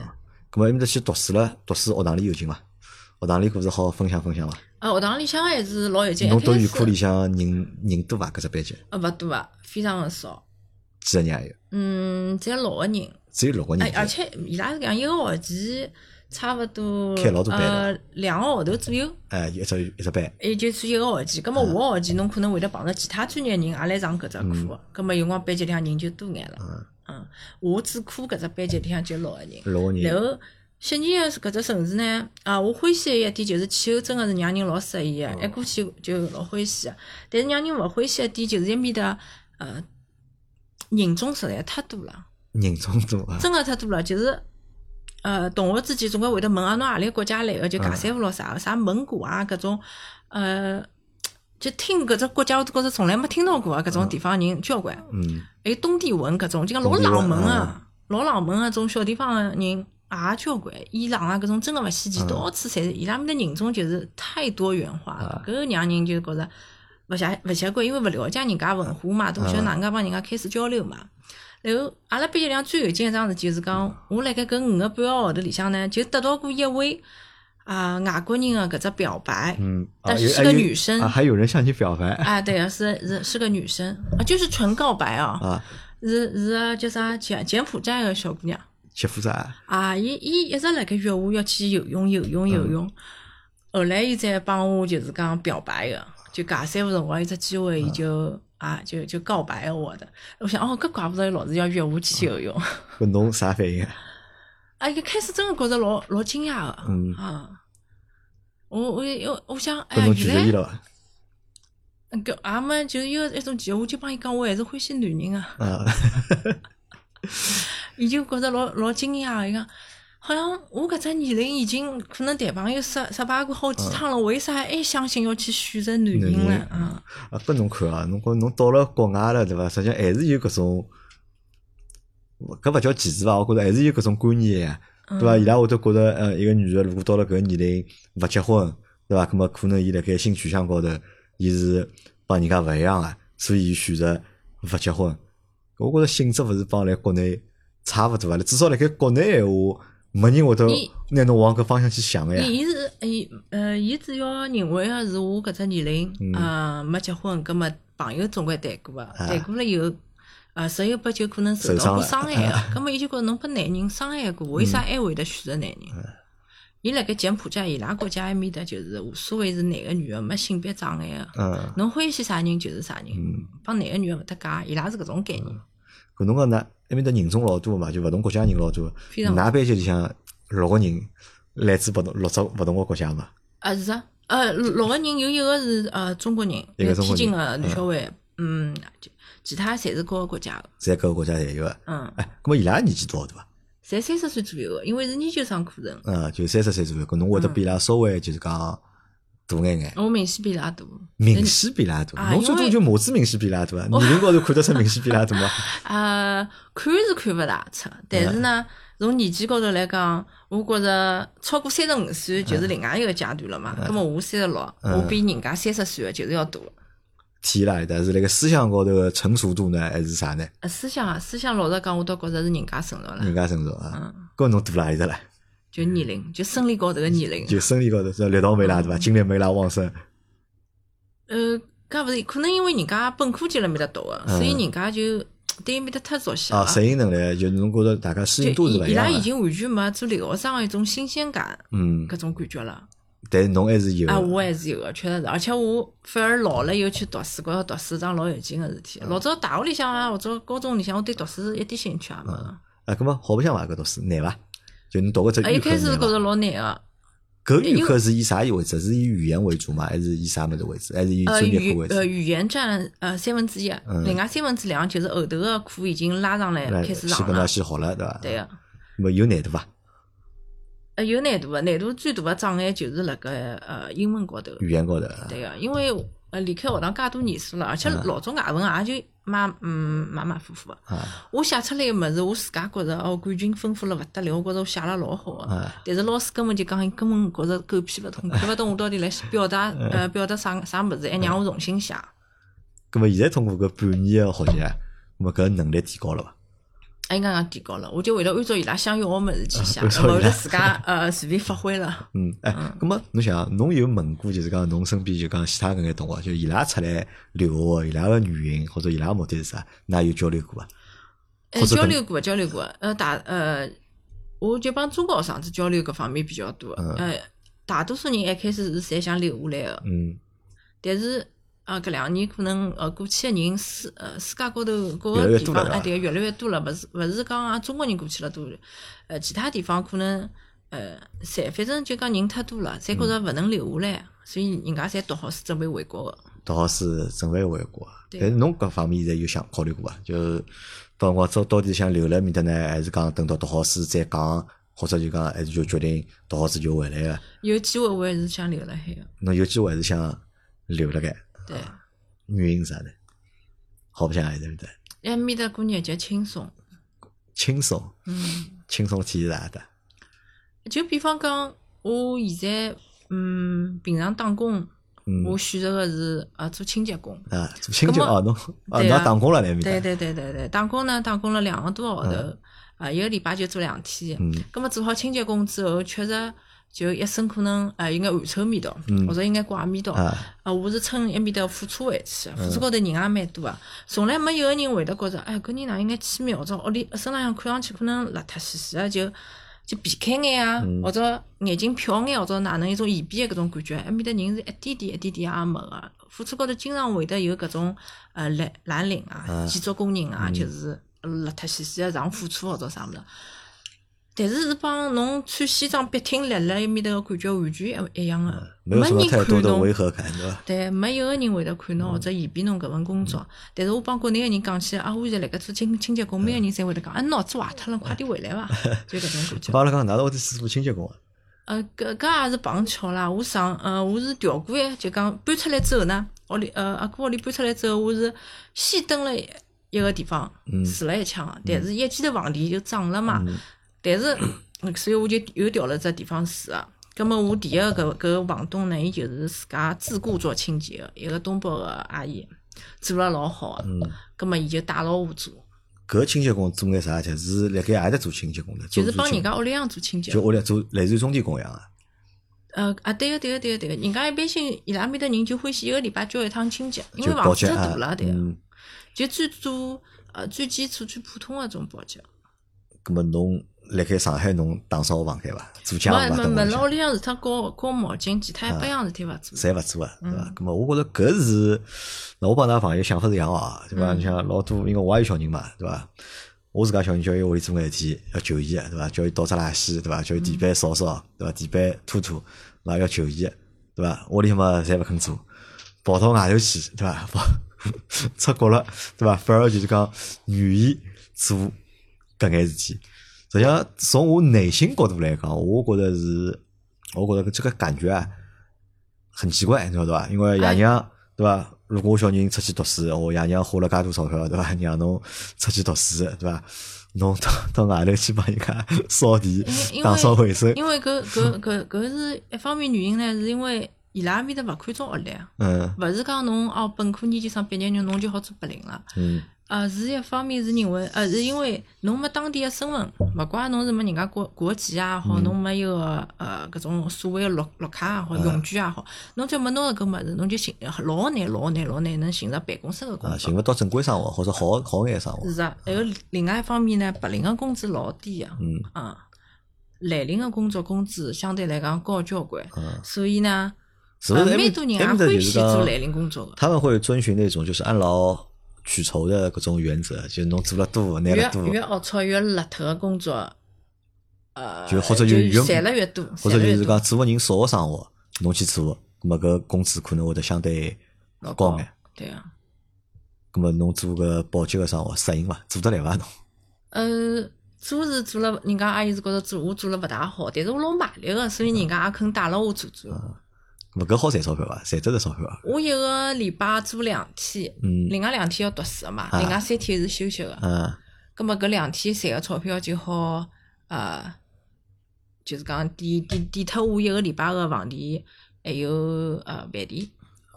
A: 咁么埃面搭去读书了，读书学堂里有劲伐？学堂里故事好分享分享伐？
B: 啊，学堂里向还啊是老有劲，
A: 侬
B: 一开
A: 读预
B: 始
A: 科里向人人多伐？搿只班级
B: 呃勿多啊，非常的少。
A: 几个人也有，
B: 嗯，只有六个人，
A: 只有六个人
B: 哎，
A: 左右。
B: 而且伊拉是搿样，一个学期差勿多
A: 开老多班
B: 呃两个号头左右，
A: 哎，有一只一只班，
B: 也就算一个学期。葛
A: 嗯
B: 末下个学期侬可能会得碰着其他专业人也来上搿只课，葛末有辰光班级里向人就多眼了。
A: 嗯，
B: 嗯，我主科搿只班级里向就六个人。
A: 六个
B: 然
A: 人，
B: 后悉尼个搿只城市呢，啊，我欢喜的一点就是气候真个是让人老适宜个，一过去就老欢喜个。但是让人勿欢喜一点就是埃面搭呃人种实在太多了，
A: 人种多啊，
B: 真个太多了，就是。呃，同学之间总归会得问啊，侬何里个国家来个？就
A: 嗯
B: 尬三胡咯啥个，啥蒙古啊，搿种，呃，就听搿只国家，我都觉着从来没听到过啊，搿种地方人交关。
A: 嗯，
B: 还有哎东帝汶搿种，就讲老
A: 东帝汶
B: 冷门啊，老冷门啊，种小地方个人也交关，伊朗啊搿种真个勿稀奇，
A: 嗯
B: 到处侪是。伊拉面的人种就是太多元化了，
A: 嗯
B: 搿让人就觉着勿习勿习惯，因为勿了解人家文化嘛，都勿晓
A: 嗯
B: 得哪能介帮人家开始交流嘛。然后阿拉班级里向最有劲一桩事体就是
A: 嗯
B: 讲，我辣盖搿五个半个号头里向呢，就得到过一位啊外国人个搿只表白，
A: 嗯，啊
B: 但是
A: 有
B: 是
A: 还
B: 个
A: 有
B: 女生
A: 啊，还有人向你表白
B: 啊，对啊，是是是个女生啊，就是纯告白哦。
A: 啊，
B: 是是个叫啥柬柬埔寨个小姑娘
A: 媳妇啥？
B: 啊，伊伊一直辣盖约我要去游泳游泳游
A: 嗯
B: 泳，后来伊才帮我就是讲表白个，就尬三胡辰光有只机
A: 嗯
B: 会，伊就啊就就告白我的。我想哦，搿怪不得伊老是要约我去游泳，
A: 搿侬啥反应啊？
B: 啊一开始真个觉着老老惊讶
A: 嗯
B: 个啊，我我我我想哎
A: 搿
B: 呀
A: 侬拒绝伊
B: 原来
A: 了伐？
B: 搿阿妈就是有一种机会，我就帮伊讲我还是欢喜男人啊。
A: 啊，
B: 伊就觉着老老惊讶，伊讲好像我搿只年龄已经可能谈朋友失失败过好几趟了，为啥还哎相信要去选择男
A: 男
B: 人呢
A: 人？
B: 啊，
A: 啊，搿侬看啊，侬讲侬到了国外了，对伐？实际上还是有搿种，搿勿叫歧视伐？我觉着还是有搿种观念呀，
B: 啊
A: 对啊伐？伊拉会得觉着，呃，一个女个如果到了搿个年龄勿结婚，对伐？葛末可能伊辣盖性取向高头，伊是帮人家勿一样个，所以伊选择勿结婚。搿我觉着性质勿是帮辣国内差勿多啊，至少辣盖国内闲话，没人会得
B: 伊
A: 拿侬往搿方向去想个呀。
B: 伊伊是伊呃，伊主要认为个是我搿只年
A: 嗯
B: 龄啊没结婚，葛末朋友总归谈过个，谈过了以后。啊，十有八九可能受
A: 啊受伤
B: 到过
A: 了嗯
B: 伤害 啊个，葛末伊就觉着侬被男人伤害过，为啥还会得选择男人？伊辣盖柬埔寨伊拉国家埃面搭就是无所谓是男个女个，没性别障碍啊个。
A: 嗯，
B: 侬欢喜啥人就是啥人，帮男个女个勿搭界，伊拉是搿种概
A: 嗯
B: 念。
A: 搿侬讲㑚埃面搭人种老多嘛，就勿同国家人老多。
B: 非常
A: 㑚班级里向六个人来自不同六只勿同个国家嘛，
B: 啊是啊，呃六六个人有一个是呃中国人，
A: 一个中国人
B: 天津个男小孩，嗯，就其他侪是各个国家个，
A: 侪各个国家侪有个。
B: 嗯，
A: 哎，搿么伊拉年纪多少大啊？
B: 侪三十岁左右个，因为是研究生课程，
A: 嗯，就三十岁左右。搿侬会
B: 嗯
A: 得比伊拉稍微就是讲大眼眼，
B: 我明显比伊拉大。
A: 明显比伊拉大。
B: 啊
A: 侬最
B: 哦
A: 终
B: 因为哦
A: 就码子明显比伊拉大啊，年龄高头看得出明显比伊拉大嘛。
B: 呃，看是看勿大出，但是
A: 嗯
B: 呢，从年纪高头来讲，我觉着超过三十五岁就是另外一个阶段了
A: 嗯
B: 嘛。那么我三十六，我比人家三十岁个就是要大。
A: 体啦，但是辣盖思想高头个成熟度呢，还是啥呢？
B: 呃，思想啊，思想老实讲，我倒觉着是人家成熟了。
A: 人家成熟啊，
B: 嗯
A: 搿侬大啦一只啦，
B: 就年龄，就生理高头个年龄。
A: 就生理高头是吧力道没啦对伐？
B: 嗯
A: 精力没啦旺盛，
B: 呃，搿勿是，可能因为人家本科就辣面搭读个，所以人家就对面搭太熟悉
A: 嗯啊，
B: 了。
A: 适应能力就侬觉着大家适
B: 就
A: 应度是勿
B: 伊
A: 一
B: 伊拉
A: 样的。
B: 已经完全没做留学生个一种新鲜感，
A: 嗯，
B: 搿种感觉了。
A: 但是侬还是有
B: 啊，我还是有
A: 嗯
B: 个，确实是，而且我反而老了以后去读书，觉着读书是桩老有劲个事
A: 嗯
B: 体。老早大学里向啊，或者高中里向，我对读书是一点兴趣也没个。
A: 啊，搿么好白相伐？搿读书难伐？就侬读个只
B: 啊，
A: 预
B: 一
A: 科
B: 开始
A: 是
B: 是哎
A: 哪
B: 觉
A: 个
B: 着老难啊个，
A: 搿预科是以啥为主？是以语言为主吗？还是以啥物事为主？还是以
B: 呃，
A: 专业
B: 语
A: 课为主？
B: 呃语言占呃三分之一
A: 嗯，
B: 另外三分之两就是后头个课已经拉上来
A: 来
B: 开始
A: 先
B: 上
A: 跟㑚
B: 了，
A: 先好了，对伐？
B: 对个。啊
A: 那么有难度伐？
B: 呃，有难度个，难度最大个障碍就是辣盖呃英文高头。
A: 语言高头啊，
B: 对个，因为呃离开学堂介多年数了，而且
A: 嗯
B: 老早外文也就马嗯马马虎虎个。
A: 啊
B: 我写出来个物事，我自家觉着哦，感情丰富了勿得了，我觉着我写了老好个。
A: 啊
B: 但是老师根本就讲，伊根本觉着狗屁勿通，看勿懂我到底来表达
A: 嗯
B: 呃表达啥啥物事，还让我重新写。
A: 咁么现在通过搿半年个学习，咁么搿能力提高了伐？
B: 哎，刚刚提高了，我就为了按照伊拉想要个物事去写，
A: 按照伊拉
B: 勿会得自家呃随便发挥了。
A: 嗯，哎，咁么侬想，侬有问过就是讲侬身边就讲其他搿眼同学，就伊拉出来留学个，伊拉个原因或者伊拉个目的是啥？㑚有交流过伐？
B: 哎，
A: 或者
B: 交
A: 跟
B: 流过，交流过。呃，大呃，我就帮中国学生子交流搿方面比较多。
A: 嗯
B: 呃，大多数人一开始是侪想留下来个，
A: 嗯，
B: 但是啊，搿两年可能呃过去个人世呃世界高头各
A: 越来
B: 个
A: 越
B: 地
A: 多了
B: 方啊，
A: 对
B: 对，越来越多了，勿是勿是讲啊中国人过去了多，呃，其他地方可能呃，侪反正就讲人太多了，侪觉
A: 嗯
B: 着勿能留下来，所以人家侪读好书准备回国个。
A: 倒好是准备回国啊。
B: 对
A: 但是侬搿方面现在有想考虑过伐？就到辰光到到底想留辣面搭呢，还是讲等到读好书再讲，或者就讲还是就决定读好书就回来个？啊
B: 有机会我还是想留辣海个，
A: 侬有机会还是想留辣盖，
B: 对，
A: 啊原因是啥呢？好白相还是勿对？
B: 埃面搭过日脚轻松，
A: 轻松，
B: 嗯。
A: 轻松体验是啥的？
B: 就比方讲，我现在嗯，平常打工，
A: 嗯
B: 我选择个是啊做清洁工。
A: 啊，做清洁
B: 咁么
A: 哦，侬啊，
B: 对
A: 侬
B: 啊
A: 也打工了那面
B: 对
A: 搭，
B: 对对对对，打工呢，打工了两个多号头，啊，一个礼拜就做两天。
A: 嗯
B: 咁么做好清洁工之后，确实就一身可能啊有眼汗臭味道，或者有眼怪味道。
A: 嗯啊，
B: 啊，我是乘埃面搭火车回去的，火车高头人也蛮多啊，从来没有个人会得觉着，哎，搿人哪有眼气味，或者屋哦里身浪向看上去可能邋遢兮兮啊，就就避开眼啊，或者眼睛瞟眼，或者哪能一种嫌避的搿种感觉，埃面搭人是一点点一点点也没个，火车高头经常会得有搿种呃蓝蓝领啊，建筑工人啊，就是邋遢兮兮的上火车或者啥物事。但是是帮侬穿西装笔挺立辣埃面搭个感觉完全一一样个、
A: 没有什么
B: 人
A: 太
B: 看
A: 多的
B: 侬
A: 违和感，对伐？
B: 对，没有个人会得看侬或者嫌避侬搿份工作。但是我帮国内个人讲起，啊，我现在辣盖做清清洁工，每个人侪会得讲，啊，脑子坏脱了，快点回来伐，就搿种感觉。
A: 帮阿拉讲，㑚到底是做清洁工啊？
B: 呃，搿搿也是碰巧啦。我上呃，我是调过一，就讲搬出来之后呢，屋里呃阿哥屋里搬出来之后，我是先蹲了一个地方
A: 嗯
B: 住了一枪啊，但是一记头房钿就涨了嘛， 但是所以我就又调了只地方住啊。葛么我第一个搿搿个房东呢，伊就是自家自雇做清洁个，一个东北个阿姨，做了老好个。
A: 嗯
B: 葛么伊就带牢我做，
A: 搿清洁工做眼啥事体？是辣盖阿搭做清洁工的，做
B: 就是
A: 做
B: 帮
A: 清
B: 人家屋里向做清洁。
A: 就屋里做类似于钟点工一样啊。
B: 呃啊，对个，对个，对个，对个，人家一般性伊拉埃面搭人就欢喜一个礼拜交一趟清洁，因
A: 就
B: 为
A: 保
B: 房
A: 洁
B: 子太
A: 啊
B: 大了，，对个，
A: 嗯，
B: 就最做呃最基础、最普通个种保洁。
A: 葛么侬辣盖上海侬打扫房间伐？做家
B: 没
A: 务伐？
B: 没
A: 等
B: 没，
A: 等
B: 辣屋里向除脱搞搞毛巾，其他
A: 啊
B: 一百样事体勿做。
A: 侪勿做啊，对伐？咁么我觉着搿是，那我帮㑚朋友想法是一样啊，对伐？你像老多，因为我也有小人嘛，对伐？我自家小人叫伊屋里做眼事体要求伊个，对伐？叫伊倒只垃圾，对伐？叫伊地板扫扫，对伐？地板拖拖，对伐？要求伊个，对伐？屋里嘛侪勿肯做，跑到外头去，对伐？跑 出国了，对伐？反而就是讲愿意做搿眼事体。实际上，从我内心角度来讲，我觉着是，我觉着这个感觉啊，很奇怪，你晓得吧？因为爷娘、
B: 哎
A: 对吧？如果我小人出去读书，我爷娘花了介多钞票，对吧？ 让侬出去读书，对吧？侬到 到外头去帮人家 扫地
B: 因、因
A: 打扫
B: 为
A: 卫生，
B: 因为搿搿搿搿是一方面原因呢，是因为伊拉埃面搭勿看重学历，
A: 嗯
B: 啊勿是讲侬哦本科研究生毕业肉侬就好做白领了。
A: 嗯
B: 呃，是一方面是认为，呃，是因为侬没当地的身份，勿怪侬是没人家国国籍也好，
A: 嗯
B: 侬没一个呃搿种所谓的绿绿卡也好，永居也好，
A: 嗯
B: 侬只要没拿搿物事，侬就寻呃老难老难老难能寻着办公室个工
A: 啊，
B: 作
A: 寻。勿到正规生活或者
B: 呃
A: 好好眼生活，
B: 是啊，还有另外一方面呢，白领个工资老低个，
A: 嗯
B: 啊，蓝领个工作工资相对来讲高交关，
A: 嗯，
B: 所以呢，
A: 是
B: 呃
A: 不是？
B: 蛮多人也
A: 埃面
B: 欢
A: 搭就是
B: 喜做
A: 讲
B: 蓝领工作个。
A: 他们会遵循那种就是按劳取酬的各种原则，就是侬做了多拿
B: 越
A: 了多，
B: 越龌龊越邋遢个工作，呃，
A: 就或者有
B: 就
A: 有
B: 赚了越多，
A: 或者
B: 赚了
A: 就
B: 越
A: 是
B: 多
A: 讲做个人少个生活，侬去做，咁么搿工资可能会得相对
B: 老
A: 高眼。
B: 对啊，
A: 咁么侬做个保洁个生活适应伐？做得来伐侬？
B: 呃，做是做了，人家阿姨是觉着做我做了勿大好，但是我老卖力个，所以人家也肯带了我做做。
A: 嗯咁么搿好赚钞票啊伐？赚得着钞票伐？
B: 我一个礼拜做两天，
A: 嗯
B: 另外两天要读书个嘛，
A: 啊
B: 另外三天是休息个。
A: 嗯
B: 葛末搿两天赚个钞票就好，呃，就是讲抵抵抵脱我一个礼拜个房钿，还有呃饭店，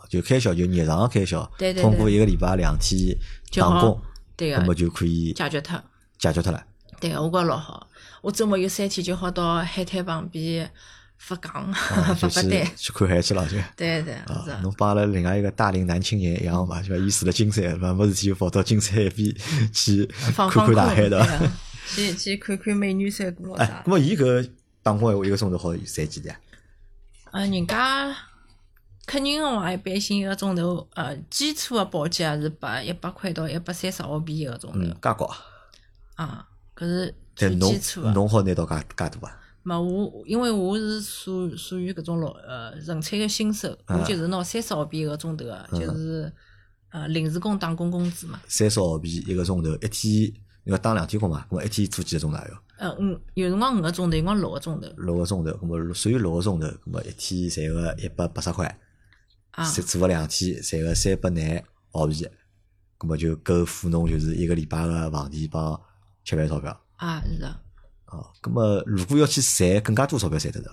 A: 就开销就日常个开销
B: 对，对
A: 通过
B: 对
A: 一个礼拜两天
B: 就
A: 打
B: 好
A: 工，
B: 对啊
A: 咁么
B: 个，
A: 就可以
B: 解决脱。
A: 解决脱 了。
B: 对个，我觉着老好。我周末有三天就好到海滩旁边发戆
A: 啊
B: 发
A: 就
B: 发
A: 是
B: 呆。
A: 去看海去了就。
B: 对对， 是
A: 啊，
B: 的
A: 侬帮阿拉另外一个大龄男青年一样嘛，对伐？伊住了金山，对伐？没事体就跑到金山海边去
B: 放
A: 看
B: 放
A: 看
B: 空
A: 大海，
B: 对
A: 伐？
B: 个，去去看看美女山谷咯
A: 哎
B: 啥，
A: 那。么伊搿打工闲话一个钟头好赚几钿啊？
B: 嗯，人家客人个话，一般性一个钟头，呃，基础个保洁是拨一百块到一百三十澳币一个钟
A: 嗯
B: 头，
A: 介高啊，
B: 啊，搿是最
A: 但侬
B: 基础啊个。
A: 侬好拿到介介大啊？
B: 没我，因为我是属属于搿种老呃纯粹个新手，我
A: 啊嗯
B: 就是拿三十澳币一个钟头个，就是呃临时工打工工资嘛。
A: 三十澳币一个钟头，一天要打两天工嘛，咾么一天做几个钟头啊？要
B: 呃，五有辰光五个钟头，有辰光六个钟头
A: 六个钟头，咾么所有六个钟头，咾么一天赚个一百八十块，
B: 啊。
A: 再做个两天赚个三百廿澳币，咾么就够付侬就是一个礼拜个房钿帮吃饭钞票。
B: 啊，是的，
A: 哦，咁么如果要去赚更加多钞票赚得着，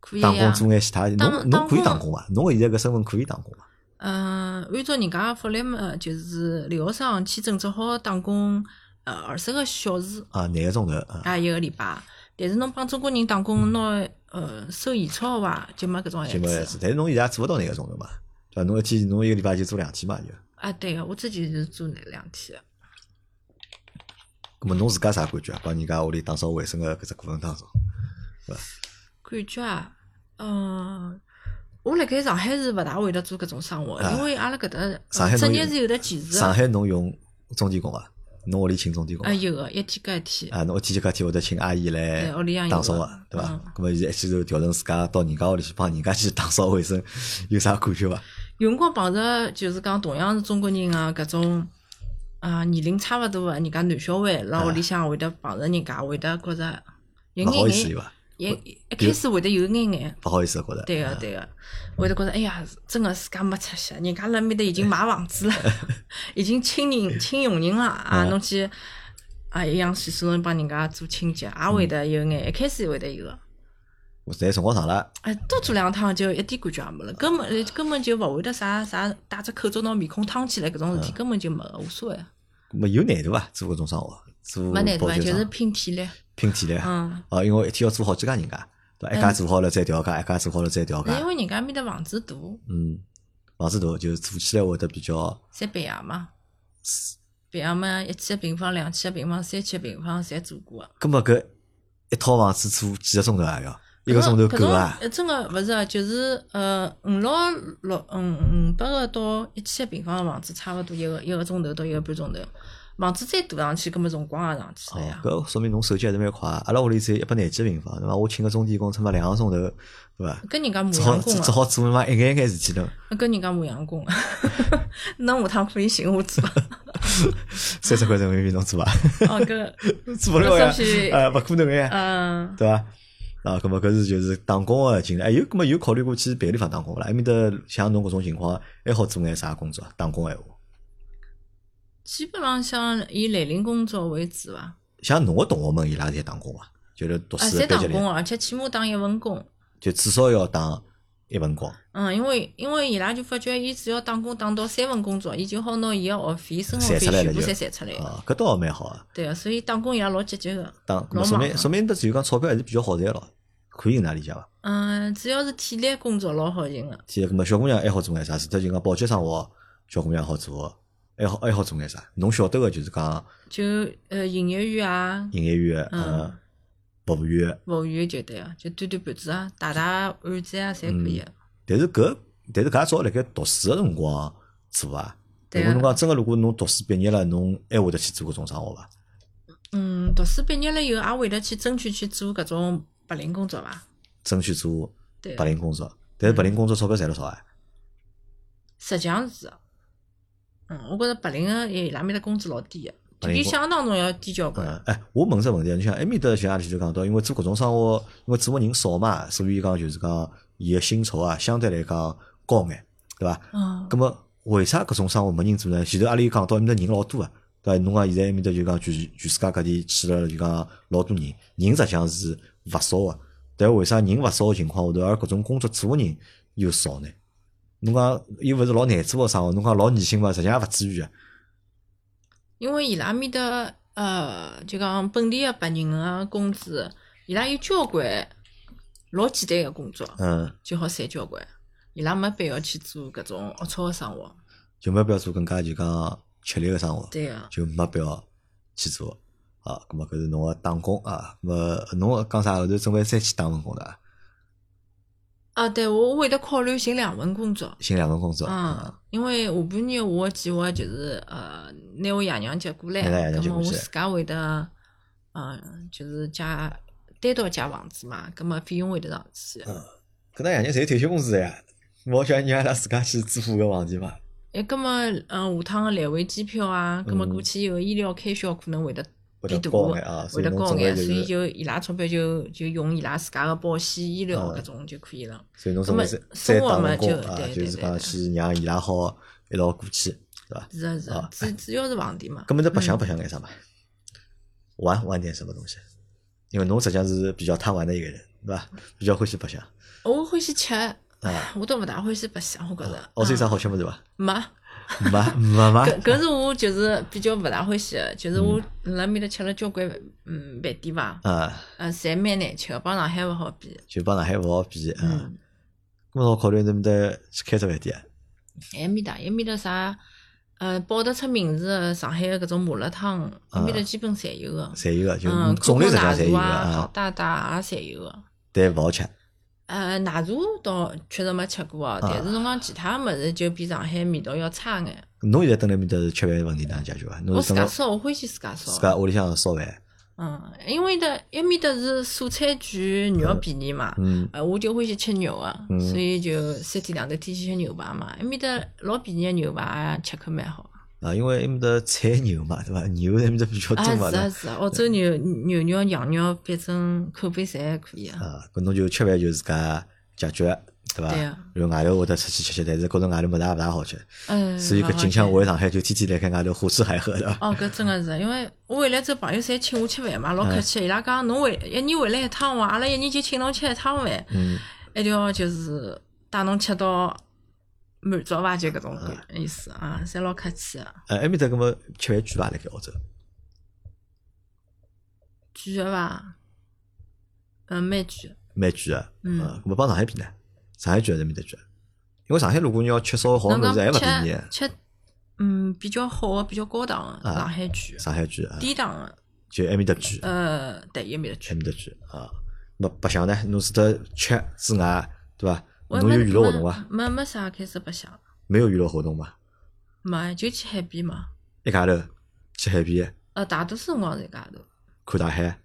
B: 可以
A: 打工
B: 啊。
A: 做眼其他，
B: 当
A: 侬侬
B: 当
A: 可以
B: 工啊
A: 打工伐？侬现在搿身份可以打工伐？
B: 嗯，按照人家的福利嘛，就是留学生签证只好打工呃二十个小时
A: 啊，廿个钟头啊，
B: 啊一个礼拜。但是侬帮中国人打工拿呃收现钞的话，就没搿种
A: 嗯就
B: 限
A: 没
B: 制
A: 意
B: 了
A: 思。但是侬现在也做勿到廿个钟头嘛，对伐？侬一天侬一个礼拜就做两天嘛，就。
B: 啊。对个，我之前是做那两天的。
A: 咁么侬自家啥感觉啊？帮人家屋里打扫卫生个搿只过程当
B: 哦
A: 中，
B: 感觉啊，嗯，我辣盖上海是勿大会得做搿种生活的，
A: 啊
B: 因为阿拉搿搭呃
A: 上海
B: 职
A: 侬
B: 业
A: 有
B: 是有得歧视啊
A: 上
B: 的。
A: 海侬用钟点工伐？侬屋里请钟点工
B: 啊，
A: 伐？
B: 有个一天加一天。
A: 啊，侬一天就搿天会得请阿姨来
B: 对屋里向有
A: 哎打扫个
B: 个，
A: 对伐
B: 嗯？
A: 咁么现在一记头调成自家到人家屋里去帮人家去打扫卫生，有啥感觉伐？
B: 有辰光碰着就是讲同样是中国人啊，搿种啊年龄差勿多个，人家男小孩辣屋里向会得碰着人家，会得觉着有
A: 勿好意
B: 眼
A: 思
B: 眼
A: 对，伐？
B: 一一开始会得有眼眼。
A: 勿好意思，觉得。
B: 对个啊对个，会得觉着哎呀，真个自家没出息，啊人家辣面搭已经买房子了，已经亲人亲佣人了啊，侬去啊一样岁数侬帮人家做清洁，也会得有眼，一开始会得有个，
A: 我但辰光长了，
B: 哎，多做两趟就一点感觉也没了，根本根本就勿会得啥啥戴只口罩拿面孔烫起来搿种事体，根本就没个，无所谓，
A: 没有难度伐？做搿种生活，做
B: 没难度
A: 保
B: 啊，
A: 洁
B: 就是
A: 生
B: 拼体力，
A: 拼体力。啊，
B: 嗯，
A: 因为一天要做好几家人家，对伐？一家做好了再调一家，一家做好了再调一
B: 是因
A: 家。
B: 为人家面搭房子大，
A: 嗯，房子大就是做起来会得比较
B: 三百也嘛，别个嘛，一千平方、两千平方、三千平方，侪做过个。
A: 咁么搿一套房子做几个钟头啊？要一个钟头够啊
B: 搿种？呃，真个勿是啊，就是呃五六六嗯五百个到一千平方个房子，差勿多一个一个钟头到一个半钟头。房子再大上去，搿么辰光也上去了
A: 哦，
B: 呀。
A: 搿说明侬手机还是蛮快。阿拉屋里只有一百廿几平方，对伐？我请个钟点工，他妈两个钟头，对伐？
B: 跟人家磨
A: 只 好
B: 洋工
A: 只只好做嘛一眼眼事体了。
B: 啊，跟人家磨洋工啊。侬下趟可以寻我做。
A: 三十块钱人民币侬做 伐？
B: 哦，搿
A: 做勿了
B: 搿首先
A: 呀，啊，勿可能呀。
B: 嗯，
A: 对伐？啊，咁么搿是就是打工个经历，哎，有咁么有考虑过去别个地方打工伐？埃面搭像侬搿种情况，还好做眼啥工作？打工闲话，
B: 基本浪向以蓝领工作为主啊伐。
A: 像侬个同学们伊拉侪打工伐？哦就是读
B: 啊，
A: 书
B: 侪
A: 的
B: 打
A: 班级里
B: 工，个，而且起码打一份工。
A: 就至少要打一份工，
B: 嗯，因为因为伊拉就发觉，伊只要打工打到三份工作，伊就好拿伊个学费、生活费
A: 赚出来
B: 全
A: 了
B: 部
A: 就
B: 侪赚出来了。
A: 啊，搿倒蛮好啊。
B: 对个，所以打工伊拉老积极个。
A: 打，咁么
B: 老
A: 说
B: 忙
A: 明
B: 啊
A: 说明，搿只有讲钞票还是比较好赚咯，可以搿能介理解伐？
B: 嗯，主要是体力工作老好寻个。
A: 啊天，咁么小姑娘还好做眼啥？除脱就讲保洁生活，小姑娘好做，还好还好做眼啥？侬晓得个就是讲
B: 就呃营业员啊、
A: 营业员、
B: 嗯
A: 呃，服务员。
B: 服务员就对个，就端端盘子啊、打打案子啊，侪可以
A: 嗯
B: 的。
A: 但是搿，但是搿也只好辣盖读书个辰光做啊。
B: 对
A: 如
B: 啊
A: 果侬讲真个，如果侬读书毕业了，侬还会得去做搿种生活伐？
B: 嗯，读书毕业了以后，也会得去争取去做搿种白领工作伐？
A: 争取做
B: 对啊
A: 白领工作，但是白领工作钞票赚得少
B: 嗯
A: 啊，
B: 实际上是，嗯，我觉着白领个伊拉面的工资老低
A: 白
B: 个，
A: 领
B: 比
A: 工
B: 想象当中要低交关。
A: 嗯，哎，我问只问题，你像埃面搭就像阿里就讲到，因为做搿种生活，因为做个人少嘛，所以讲就是讲伊个薪酬啊，相对来讲高眼，对伐？
B: 嗯
A: 咁么为啥搿种生活没人做呢？前头阿里讲到埃面搭人老多啊，对伐？侬讲现在埃面搭就讲全全世界各地去了就讲老多人，人实际上是勿少个，但为啥人勿少个情况下头，而搿种工作做个人又少呢？侬讲又勿是老难做个生活，侬讲老年轻嘛，实际上也勿至于啊。
B: 因为伊拉面的呃，就讲本地个白人个工资，伊拉有交关老简单个工作，
A: 嗯，
B: 就好赚交关，伊拉没必要去做搿种龌龊个生活。
A: 就没必要做更加就讲吃力个生活。
B: 对啊个，
A: 就没必要去做啊。咁么搿是侬个打工啊，咁么侬讲啥后头准备再去打份工的啊，
B: 啊，对我我会得考虑寻两份工作。
A: 寻两份工作。啊
B: 嗯，因为下半年我的计划就是呃，拿我爷娘接过来，
A: 拿他爷娘接
B: 咁么
A: 过
B: 我
A: 去
B: 自家会得，呃，就是借单独借房子嘛，咁么费用会得上去。
A: 搿㑚爷娘侪有退休工资的呀，冇叫让伊拉自家去支付搿房钿嘛。
B: 哎，咁么嗯，下趟个来回机票啊，咁么
A: 嗯
B: 过去以后医疗开销可能会得
A: 会
B: 变
A: 得
B: 大，
A: 高眼啊，
B: 会
A: 以
B: 得
A: 侬
B: 高
A: 准备
B: 眼，
A: 就
B: 所以
A: 是，
B: 就伊拉钞票就就用伊拉自家个保险、医疗
A: 嗯
B: 搿种就可以了。
A: 所以侬准备再
B: 搿么
A: 再
B: 生活
A: 打份
B: 嘛
A: 工
B: 就
A: 啊，
B: 对对
A: 就是
B: 对
A: 讲
B: 对
A: 去让伊拉好一道过去，对伐？
B: 是啊是
A: 啊
B: 啊，主主要是房钿嘛。
A: 搿么再白
B: 嗯
A: 相白相干啥嘛？玩玩点什么东西？因为侬实际上是比较贪玩的一个人，对伐？比较欢喜白相。
B: 我欢喜吃，
A: 啊
B: 我倒勿大欢喜白相，我觉着。
A: 澳洲有哦
B: 嗯
A: 啥好吃物事伐？
B: 没。
A: 没没没。
B: 搿搿是我就是比较勿大欢喜的，
A: 嗯
B: 就是我辣埃面搭吃了交关嗯饭店伐，
A: 啊，
B: 嗯，侪蛮难吃的，帮上海勿好比。
A: 就帮上海勿好比啊。
B: 嗯，
A: 咁么我考虑能不能去开只饭店啊？
B: 埃面搭埃面搭啥，呃，报得出名字的上海的搿种麻辣烫，埃面搭基本侪有个，
A: 侪有个，啊就
B: 嗯，
A: 种类实际上侪有
B: 可可
A: 个
B: 奶茶啊，好
A: 啊，
B: 大大也侪有个。
A: 但勿好吃。
B: 呃，奶茶倒确实没吃过
A: 啊
B: 哦，但是侬讲其他物事就比上海味道要差眼。
A: 侬现在蹲辣埃面搭是吃饭问题哪能解决啊？侬
B: 我
A: 是
B: 自
A: 蹲
B: 家
A: 辣
B: 烧，我欢喜自家烧。
A: 自家屋里向烧饭，
B: 嗯，因为的埃面搭是蔬菜贵，肉便宜嘛。
A: 嗯，
B: 呃，我就欢喜吃牛啊，
A: 嗯
B: 所以就三天两头天天吃牛排嘛。埃面搭老便宜个牛排，吃口蛮好。
A: 啊，因为埃面搭菜牛嘛，对伐？牛埃面搭比较
B: 啊，
A: 多嘛，
B: 是
A: 对伐？
B: 啊是啊，澳洲牛牛肉、羊肉，反正口碑侪还可以啊。
A: 啊，搿侬就吃饭就自家解决，对伐
B: 对啊？
A: 然后外头会得出去吃吃，但是觉着外头物事也勿大好吃，
B: 嗯，
A: 所以
B: 勿好
A: 搿近腔
B: 吃
A: 回上海就天天辣盖外头胡吃海喝，对啊伐？
B: 哦，搿真个是，因为我回来之后朋友侪请我吃饭嘛，老
A: 哎
B: 客气。伊拉讲侬回一年回来一趟哇，阿拉一年就请侬吃一趟饭，
A: 嗯，
B: 一定要就是带侬吃到满足伐，就搿种感
A: 哎
B: 意思啊，侪老客气个。
A: 呃，埃面搭搿么吃饭贵伐？辣盖澳洲？
B: 贵个伐？嗯，蛮贵的。
A: 蛮贵个，
B: 嗯
A: 啊，咁么帮上海比呢？上海贵还是埃面搭贵？因为上海如果你要吃稍微好个
B: 侬
A: 物
B: 讲
A: 事，还勿便宜
B: 吃
A: 的。
B: 吃，嗯，比较好个、比较高档个、
A: 啊
B: 上海贵，
A: 上海贵啊，
B: 低档个，
A: 就埃面搭贵，
B: 呃，对，也没得
A: 埃
B: 贵。
A: 面搭贵啊。那白相呢？侬除脱吃之外，对伐？
B: 我
A: 侬有
B: 没
A: 娱乐活动伐？
B: 没没没啥开始白相，
A: 没有娱乐活动伐？
B: 没就去海边嘛。
A: 一家头去海边
B: 呃，大多数辰光是一家头
A: 看大海，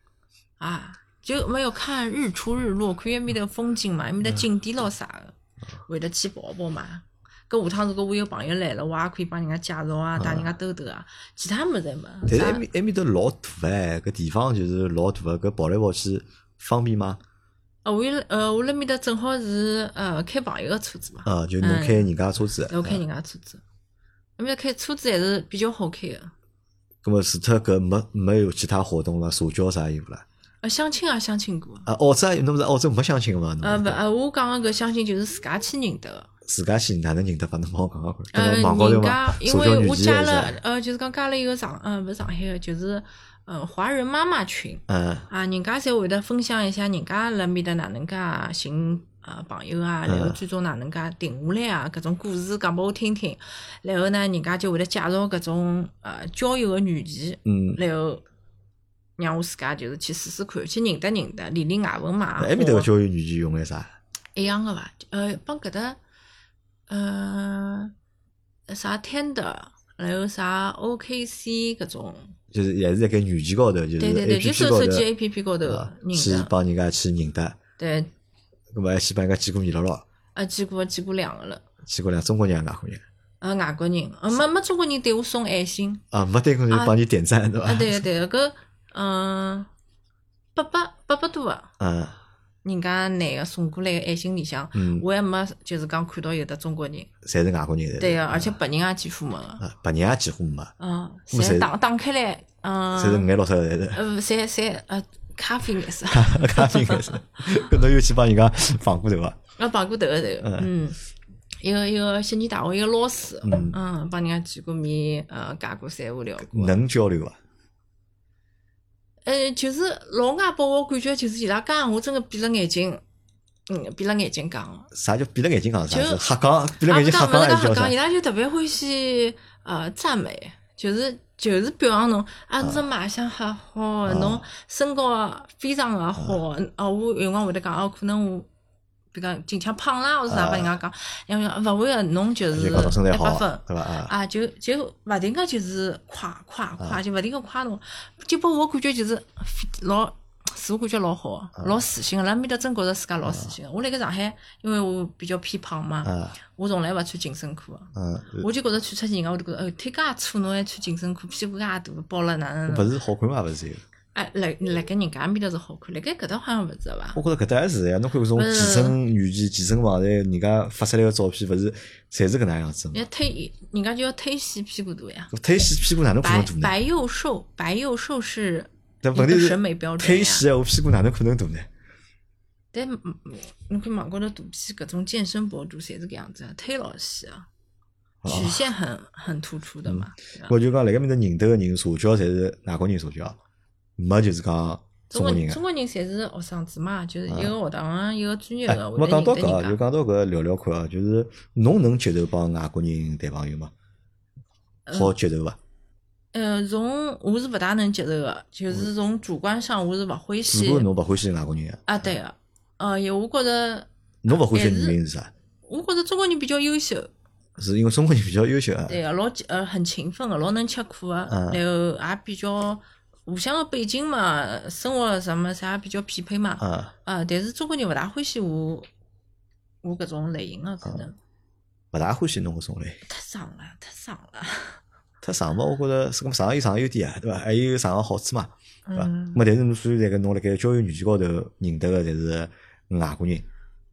B: 啊，就没有看日出日落，看埃面的风景嘛，埃
A: 嗯
B: 面的景点咯啥个，会得去跑跑嘛。搿下趟如果我有朋友来了，我也可以帮人家介绍啊，带人家兜兜啊。其他物事也没。
A: 嗯但是
B: 啥
A: 埃面埃面搭老大哎，搿地方就是老大个，搿跑来跑去方便吗？
B: 啊，我有呃，我辣面搭正好是呃开朋友个车子嘛，
A: 啊，就侬
B: 嗯
A: 开人家车子，哎
B: 我开人家车子，那么开车子还是比较好开个。
A: 咁么除脱搿没没有其他活动了，社交啥有勿啦？
B: 呃，相亲也相亲过，
A: 啊，澳洲侬勿是澳洲没相亲个嘛？侬
B: 呃勿呃，我讲个搿相亲就是自家去认得个。
A: 自家去哪能认得法？侬帮我讲讲看。
B: 呃，
A: 搿么网高头
B: 人
A: 嘛
B: 家，因
A: 社交
B: 为
A: 软
B: 我
A: 件
B: 加
A: 还是
B: 了
A: 啥？
B: 呃，就是讲加了一个上呃勿是上海个，就是呃华人妈妈群
A: 嗯
B: 啊，人家侪会得分享一下人家辣面搭哪能介寻呃朋友啊，然后
A: 嗯
B: 最终哪能介定下来啊，搿种故事讲拨我听听，然后呢，人家就会得介绍搿种呃交友个软件。
A: 嗯，
B: 然后让我自家就是去试试看，去认得认得，练练外文嘛。哦
A: 埃哎面搭个
B: 好
A: 交友软件用个啥？
B: 一样个伐？呃，帮搿搭呃啥 Tender，然后啥 OKC 搿种
A: 就是也是在搿软件高头，就是
B: 对对对，就
A: APP
B: 是
A: 高
B: 手
A: 头
B: 机 A P P 高头
A: 啊
B: 认
A: 去
B: 得，
A: 帮人家去认得，
B: 对，
A: 那么还去帮人家见过面了咯，
B: 啊，见过见过两个了，
A: 见过两中国人、外国人
B: 呃，外国人，呃，没没中国人对我送爱心，
A: 啊，没对过人
B: 啊
A: 帮你点赞对伐
B: 啊，？对个对个，搿嗯，八百八百多个
A: 啊，
B: 人家拿个送过来个爱心里向，
A: 嗯，
B: 我还没就是讲看到有的中国人，
A: 侪是外国人，侪是
B: 对个，啊而且白人也几乎没个，
A: 啊，白人也几乎没，
B: 嗯，
A: 么侪
B: 侪打打开来，嗯，
A: 侪是五颜六色的， 侪是。
B: 呃，侪侪呃咖啡颜色，
A: 咖啡应该是，搿侬又去帮人家放过头伐？ 啊
B: 我碰过头个头，嗯，一个一个悉尼大学一个老师，
A: 嗯
B: 嗯，帮人家见过面，呃，讲过三五聊过，
A: 能交流啊伐？
B: 呃，就是老外拨我感觉就是伊拉讲闲话真个闭了眼睛，嗯，闭了眼睛讲的。
A: 啥叫闭了眼睛讲啥？
B: 就是
A: 瞎讲，闭了
B: 啊，
A: 眼
B: 不
A: 睛瞎
B: 讲不
A: 讲
B: 是
A: 还
B: 讲
A: 是叫
B: 瞎
A: 啥
B: 讲，伊？拉就特别欢喜呃赞美，就是就是表扬侬啊，侬这卖相还好，
A: 啊
B: 侬身高非常的好。啊，我有辰光会得讲哦，可能我。比如讲，近腔胖啦，或者啥，
A: 啊
B: 帮人家讲，然后讲勿会个，侬就
A: 就是讲侬身材
B: 一
A: 好
B: 百分，，
A: 对伐？啊，
B: 啊，就就勿停个就是夸夸夸，就勿停个夸侬，就拨我感觉就是老自我感觉老好，啊
A: 啊
B: 老自信个。辣埃面搭真觉着自家老自信啊个。我辣盖上海，因为我比较偏胖嘛，
A: 啊，
B: 我从来勿穿紧身裤个。啊
A: 嗯，
B: 我就觉着穿出去人家会得觉着，哦，腿介粗，侬还穿紧身裤，屁股介大，包了哪能
A: 勿
B: 哪？
A: 是好看嘛？勿是有？
B: 哎，辣辣盖人家埃面搭是好看，辣盖搿搭好像勿是伐？
A: 我觉着搿搭还是呀，侬看搿种健
B: 嗯
A: 身软件、健身房，侪人家发出来个照片，勿是侪是搿能样子吗？
B: 人家推，人家就要推细屁股大呀。
A: 推细屁股哪能可能
B: 白
A: 大呢？
B: 白幼瘦，白幼瘦是
A: 但
B: 一
A: 问题
B: 个
A: 是
B: 审美标准
A: 推
B: 呀。
A: 细，我屁股哪能可能大呢？
B: 但嗯嗯侬看网高头肚皮搿种健身博主侪是搿样子啊，推老细啊，
A: 哦
B: 曲线很很突出的嘛。对
A: 嗯
B: 吧
A: 我就讲辣盖面搭认得个人，社交侪是外国人社交，没就是讲中
B: 中
A: 国
B: 国
A: 人啊个
B: 中。国人侪是学生子嘛，就是一个学堂一个专业
A: 哎，
B: 的，
A: 没
B: 会得
A: 讲到搿啊，
B: 认得
A: 就
B: 人家。
A: 讲到搿聊聊看啊，就是侬能接受帮外国人谈朋友吗？
B: 嗯
A: 好接受伐？
B: 呃，从我是勿大能接受个，
A: 嗯
B: 就是从主观上我是勿欢
A: 只
B: 喜
A: 不过侬勿欢喜外国人啊，
B: 啊，对个，呃，也我觉着
A: 侬勿欢喜
B: 还是
A: 原因是啥？
B: 我觉着中国人比较优秀，
A: 是因为中国人比较优秀啊，
B: 对个，老勤呃很勤奋个，老能吃苦个，
A: 嗯
B: 然后也比较互相个背景嘛，生活什么啥比较匹配嘛。
A: 啊，
B: 啊，但是中国人勿大欢喜我我搿种类型个，
A: 哦
B: 可能
A: 勿大欢喜侬搿种类。
B: 太爽了，太爽了。
A: 太上嘛，我觉着是搿么上有上优点啊，对伐？还有上个好处嘛，对伐？
B: 嗯，
A: 么但是侬所以那个侬辣盖交友软件高头认得个侪是外国人，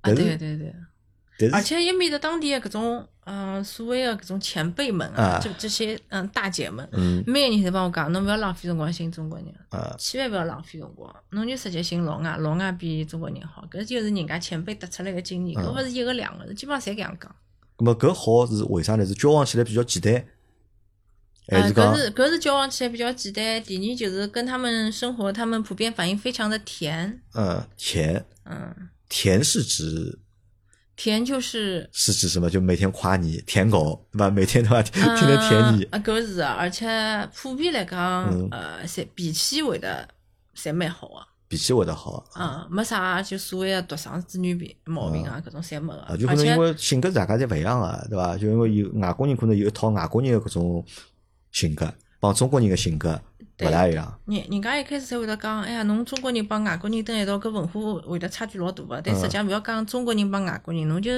B: 啊，
A: 但
B: 对
A: 是
B: 对对，而
A: 但是
B: 且埃面的当地的搿种嗯所谓的搿种前辈们
A: 啊
B: 啊，就这些嗯大姐们，
A: 嗯
B: 每个人侪帮我讲，侬勿要浪费辰光寻中国人，
A: 啊
B: 千万勿要浪费辰光，侬就直接寻老外，老外比中国人好，搿就是人家前辈得出来个经
A: 嗯
B: 验，搿勿是一个两个，基本上侪搿样讲。
A: 搿么搿好是为啥呢？是交往起来比较简单，还
B: 呃，
A: 是讲
B: 搿是搿是交往起来比较简单，第二就是跟他们生活，他们普遍反应非常的甜，
A: 嗯甜
B: 嗯，
A: 甜是指
B: 甜就是
A: 是指什么？就每天夸你舔狗，对吧？每天对吧？天
B: 嗯
A: 天舔你，
B: 啊，搿是啊，而且普遍来讲
A: 嗯，
B: 呃，侪脾气会得侪蛮好个，
A: 脾气会得好
B: 嗯，没啥就所谓的独生子女病毛病啊，搿种侪没
A: 啊，
B: 个
A: 就，可
B: 而
A: 能
B: 且
A: 因为性格大家侪勿一样啊，对吧？就因为有外国人可能有一套外国人的搿种性格，帮中国人的性格勿大一样。
B: 人人家一开始侪会得讲，哎呀，侬中国人帮外国人蹲一道，搿文化会得差距老大个，但实际上勿要讲中国人帮外国人，侬就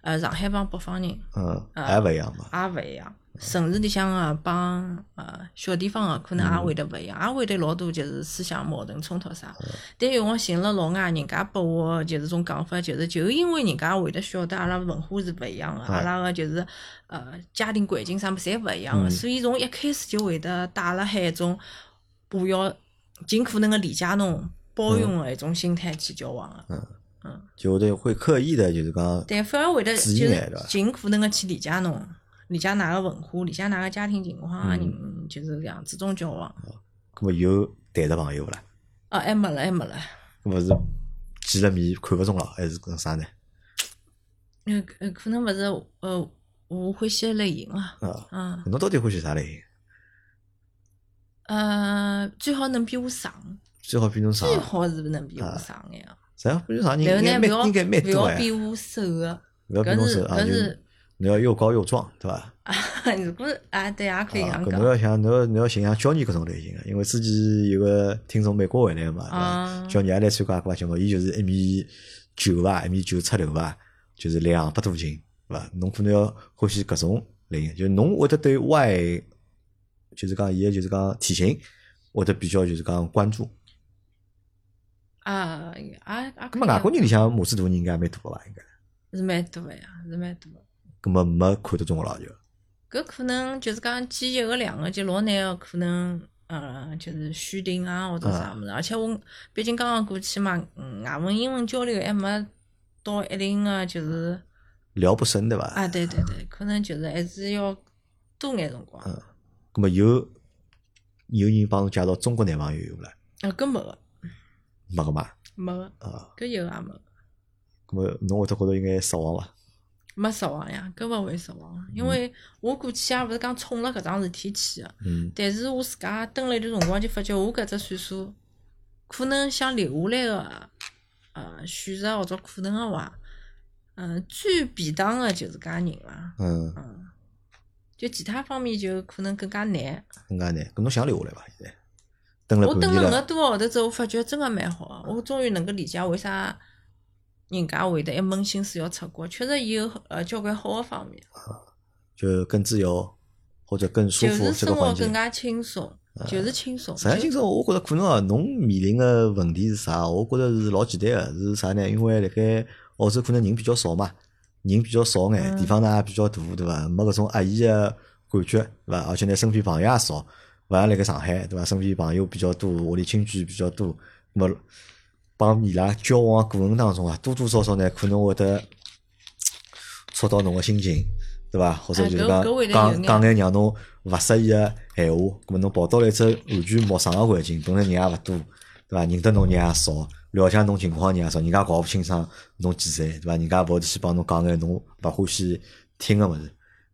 B: 呃上海帮北方人。
A: 嗯，
B: 啊
A: 还勿一样嘛。
B: 也勿一样。城啊市里向个帮呃小地方个可能也会得勿一样，也会得老多就是思想矛盾冲突啥。但有辰光寻了老外，人家拨我就是种讲法，就是就因为人家会得晓得阿拉文化是勿一样个，阿拉个就是呃家庭环境啥物事侪勿一样个，啊
A: 嗯
B: 所以从一开始就会得带辣海一种我要尽可能个理解侬、包容个一种心态去交往啊个。
A: 就会得会刻意的，就是讲
B: 对，反而会得
A: 注
B: 就
A: 意眼
B: 是
A: 对伐
B: 尽可能个去理解侬，理解哪个文化，理解哪个家庭情况
A: 嗯
B: 啊，人就是搿样子种交往。
A: 搿么有谈的朋友勿啦？
B: 啊，还没了，还没了。
A: 搿么是见了面看勿中了，还是讲啥呢？
B: 呃呃，可能勿是呃我欢喜的类型啊。
A: 啊，
B: 嗯
A: 侬到底欢喜啥类型？
B: 呃，最好能比我长，
A: 最好比侬长
B: 最，好是能比我长眼啊。
A: 实际上比侬长人
B: 然后
A: 应该
B: 呢，勿
A: 蛮
B: 要
A: 应该蛮多
B: 勿要
A: 哎，
B: 比我瘦个，
A: 勿要比侬
B: 搿
A: 瘦
B: 是
A: 啊，
B: 搿
A: 就是侬要又高又壮，对伐？
B: 如果啊，对，也可以搿
A: 啊，
B: 样
A: 搿
B: 讲
A: 侬。要像侬要侬要寻像 Johnny 搿种类型个，因为之前有个听众美国回来个嘛，对伐
B: 啊
A: ？Johnny 也来参加过节目，伊就是一米九伐，一米九出头伐，就是两百多斤，对伐？侬可能要欢喜搿种类型，就是侬会得对外，就是讲伊个就是讲体型，会得比较就是讲关注。
B: 啊，也也可
A: 咁
B: 以
A: 么
B: 搿
A: 外
B: 样
A: 国人里向模子大人应该也蛮多个伐？应该，
B: 是蛮多个呀，是蛮多个。
A: 咁么没看得中个老就，
B: 搿可能就是讲见一个两个就老难个，可能呃就是虚定啊或者啥物事。而且我毕竟刚刚过去嘛，嗯外文英文交流还没到一定个，就是
A: 聊不深对伐？
B: 啊对对对，可能就是还是要多眼辰光。
A: 嗯咁么有有人帮侬介绍中国男朋友有勿啦？
B: 啊，搿没个，
A: 没个嘛？
B: 没个，
A: 啊，
B: 搿有个也没个，
A: 咁么侬会得觉着应该啊失望伐？
B: 没失望呀，搿勿会失望，因为我过去也勿是讲冲了搿桩事体去个。
A: 嗯，
B: 但是我自家蹲了一段辰光，就发觉我搿只岁数，可能想留下来个，呃，选择或者可能个话，嗯、最便当个就是介人了，
A: 嗯，
B: 嗯，就其他方面就可能更加难。
A: 搿能介呢，咁侬想留下来伐？现在等了
B: 我
A: 半
B: 蹲
A: 年
B: 了搿
A: 了，
B: 多个号头之后，我发觉真个蛮好个，我终于能够理解为啥人家会得一门心思要出国，确实伊有呃交关好个方面，
A: 就更自由或者更舒
B: 就
A: 服这
B: 是
A: 个
B: 生
A: 环
B: 活
A: 境呃
B: 更。加轻松，就是轻松。
A: 实际上，今朝我觉着可能啊，侬面临个问题是啥？我觉着是老简单个，是啥呢？因为辣盖澳洲可能人比较少嘛，人比较少眼，
B: 嗯
A: 地方呢也比较大，对伐？没搿种压抑个感觉，对伐？而且呢，身边朋友也少，勿像辣盖上海，对伐？身边朋友比较多，屋里亲戚比较多，那么帮伊拉交往的过程当中啊，多多少少呢，可能会得触到侬个心情，对伐？或者
B: 哎
A: 就是
B: 搿搿会
A: 讲
B: 得
A: 讲
B: 有眼
A: 讲眼让侬勿适意个闲话，葛末侬跑到了一只完全陌生个环境，本来人也勿多，对伐？认得侬人也少，了解侬情况人也少，人家搞勿清爽侬几岁，对伐？人家勿会得去帮侬讲眼侬勿欢喜听个物事，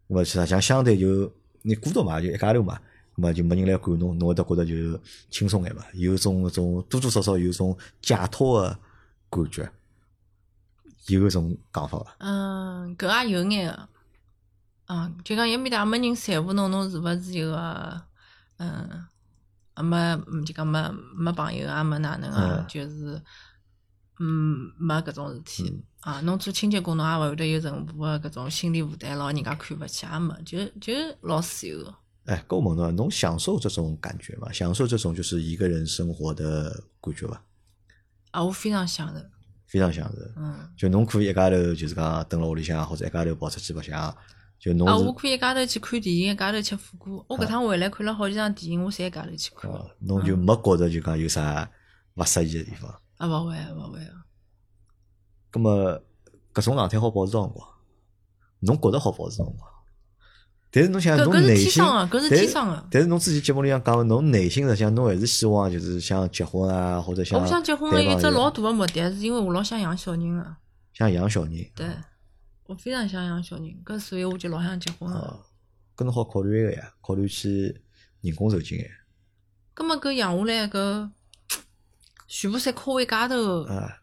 A: 葛末实际上相对就你孤独嘛，就一家头嘛。葛末就没人来管侬，侬会得觉得就轻松眼嘛，有种种多多少少有种解脱个感觉，有搿种讲法伐？
B: 嗯，搿也有眼个，啊，就讲一面搭没人在乎侬，侬是勿是一个，嗯，啊没，嗯就讲没没朋友啊，没哪能啊
A: 嗯，
B: 就是，嗯，没搿种事
A: 嗯
B: 体啊。侬做清洁工，侬也勿会得有任何个搿种心理负担咯，人家看勿起也没，就就老自由个。
A: 哎，够猛的！侬享受这种感觉吗？享受这种就是一个人生活的感觉吧，
B: 啊，我非常享受，
A: 非常享受。
B: 嗯，
A: 就侬可以一家头，就是讲蹲辣屋里向，或者一家头跑出去白相。就侬
B: 啊，
A: 是
B: 我可以一家头去看电影，一家头吃火锅。我搿趟回来看了好几场电影，我侪一家头去看了。
A: 啊，侬就没觉着就讲有啥勿适意的地方。
B: 啊，勿会啊，勿会啊。
A: 那么搿种状态好保持多少辰光？侬觉得好保持多少辰光？但是侬想，
B: 搿
A: 侬
B: 搿是
A: 内
B: 天啊
A: 心，
B: 生的搿是
A: 但
B: 天生的
A: 但是侬自己节目里向讲，侬内心实际上侬还是希望就是像结婚啊，或者像
B: 我哦想结婚
A: 了
B: 了有一只老大的目的，是因为我老想养小人个。
A: 像养小人。
B: 对，我非常想养小人，搿所以我就老想结婚了。
A: 哦，搿侬好考虑一个呀，考虑去人工受精哎，
B: 葛末搿养下来搿，全部侪靠我一家头
A: 啊，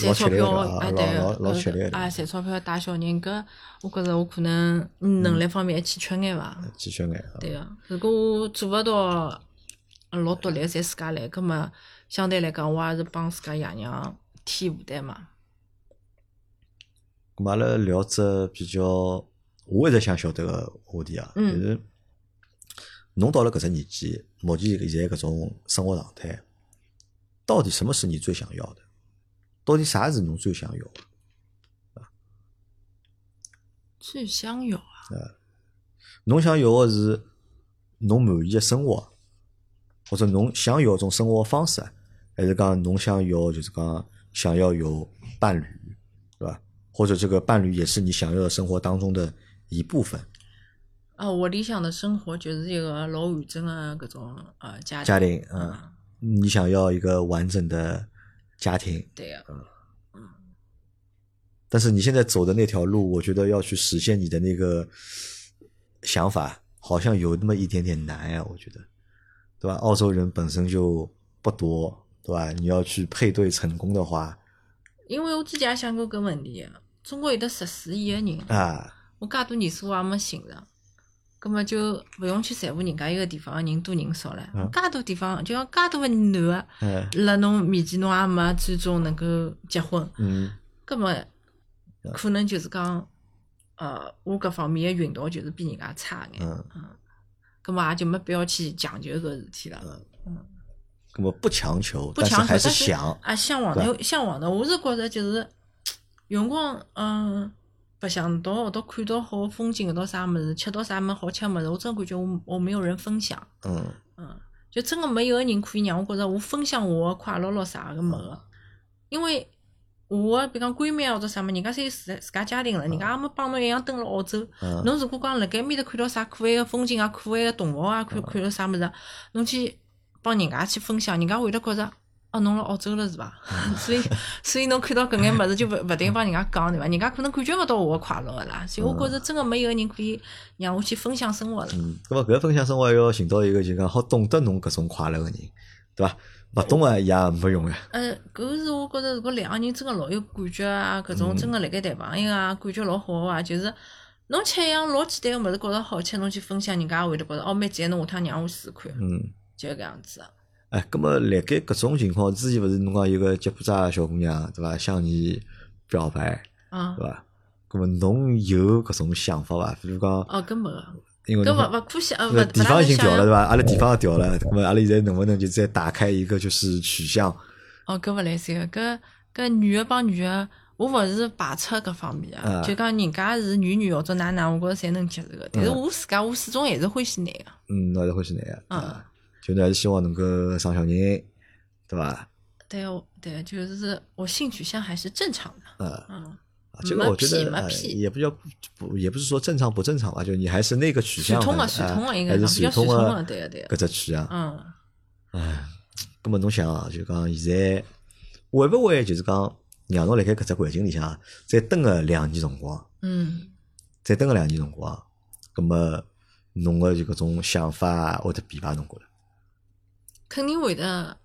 B: 赚钞
A: 吃力
B: 票
A: 的啊
B: 哎
A: 老
B: 对
A: 老
B: 个，
A: 老吃力的
B: 啊赚钞票带小人搿，我觉着我可能
A: 嗯
B: 能力方面还欠缺眼伐。
A: 继续眼，啊
B: 对个，如果我做勿到呃老独立，侪自家来，葛末相对来讲，我也是帮自家爷娘添负担嘛。
A: 咁阿拉聊只比较，我一直想晓得个话题啊，就
B: 嗯
A: 是侬到了搿只年纪，目前现在搿种生活状态，到底什么是你最想要的？到底啥是侬最想要的？
B: 最想要啊，
A: 侬想要个是侬满意个生活，或者侬想要一种生活方式，还是讲侬想要就是讲想要有伴侣，对吧？或者这个伴侣也是你想要的生活当中的一部分，
B: 啊，我理想的生活就是一个老完整的搿种呃家庭。
A: 家
B: 啊
A: 庭，嗯，你想要一个完整的家庭，
B: 对呀、
A: 但是你现在走的那条路，我觉得要去实现你的那个想法，好像有那么一点点难呀、我觉得，对吧？澳洲人本身就不多，对吧？你要去配对成功的话，
B: 因为我之前也想过搿问题，中国有得十四亿个人，
A: 啊，
B: 我介多年数也没寻着，葛么就勿用去在乎人家一个地方的人多人少唻。
A: 嗯
B: 介多地方，就讲介多个男的
A: 嗯
B: 辣侬面前，侬也没最终能够结婚，
A: 嗯
B: 葛么可能就是讲，呃，我搿方面的运道就是比人家差眼，
A: 嗯，
B: 葛么也就没必要去强求搿事体了。
A: 那么不强求，
B: 不
A: 但是
B: 强求，
A: 还
B: 但
A: 是想，
B: 啊，向往的，向往的，我是觉着就是，有辰光，嗯，白相到一道看到好的风景，一道啥物事，吃到啥物事好吃的物事，我真感觉我我没有人分享，
A: 嗯
B: 嗯，就真的没有个人可以让我觉着我分享我的快乐咯啥个物事，因为我的比如讲闺蜜啊或者啥物事，人家侪有自自家家庭了，人家也没帮侬一样蹲辣澳洲。
A: 嗯
B: 侬如果讲辣盖埃面搭看到啥可爱个风景啊、可爱个动物啊，看看到啥物事啊，侬去帮人家去分享，人家会得觉着。哦，侬辣澳洲了是伐？ 所以，所以侬看到搿眼物事就勿勿停帮人家讲对伐？人家可能感觉勿到我个快乐个啦。所以我觉着真个没有个人可以让我去分享生活了。
A: 嗯，那么搿分享生活要寻到一个就讲好懂得侬搿种快乐个人，对伐？勿懂个也没用个，啊
B: 呃，搿是我觉着，如果两个人真个老有感觉啊，搿
A: 嗯
B: 种真个辣盖谈朋友啊，感觉老好个啊，就是侬吃一样老简单个物事，觉着好吃，侬去分享，人家也会得觉着哦蛮赞，侬下趟让我试试看，
A: 嗯。
B: 就搿样子啊。
A: 哎，葛么辣盖搿种情况之前，勿是侬讲有个柬埔寨小姑娘对伐，向你表白
B: 啊
A: 对，伐？葛么侬有搿种想法伐？比如讲，
B: 哦，搿没个，
A: 因为
B: 搿
A: 侬
B: 勿勿可惜，呃，勿
A: 呃
B: 勿
A: 地
B: 大
A: 方已
B: 能
A: 经
B: 想
A: 调了对
B: 象。
A: 伐？阿拉地方也调了，葛么阿拉现在能不能就再打开一个就是取向？
B: 哦，搿勿来三个，搿搿女个帮女个，我勿是排斥搿方面
A: 啊
B: 个，就讲人家是女女或者哪哪，我觉着侪能接受个。但是我自家，我始终还是欢喜男个。
A: 嗯，那欢喜哪样？
B: 嗯
A: 啊，就侬还是希望能够生小人，对伐？
B: 对，我对，就是我性取向还是正常的。
A: 啊，
B: 嗯，
A: 啊这个我觉得呃
B: 没屁没屁
A: 也不叫不，也不是说正常不正常吧，就你还是那个取
B: 传
A: 向
B: 统
A: 的，
B: 个，传
A: 哎
B: 统个应该
A: 还
B: 讲
A: 是啊
B: 比较
A: 传
B: 传
A: 统
B: 统
A: 的
B: 个，对个对个
A: 搿。只取向。
B: 嗯，
A: 唉，咁么侬想啊，就讲现在会不会就是讲让侬辣盖搿只环境里向啊再蹲个两年辰光，
B: 嗯，
A: 再蹲个两年辰光，咁么侬个就搿种想法啊会得变伐？侬觉着？
B: 肯定会的。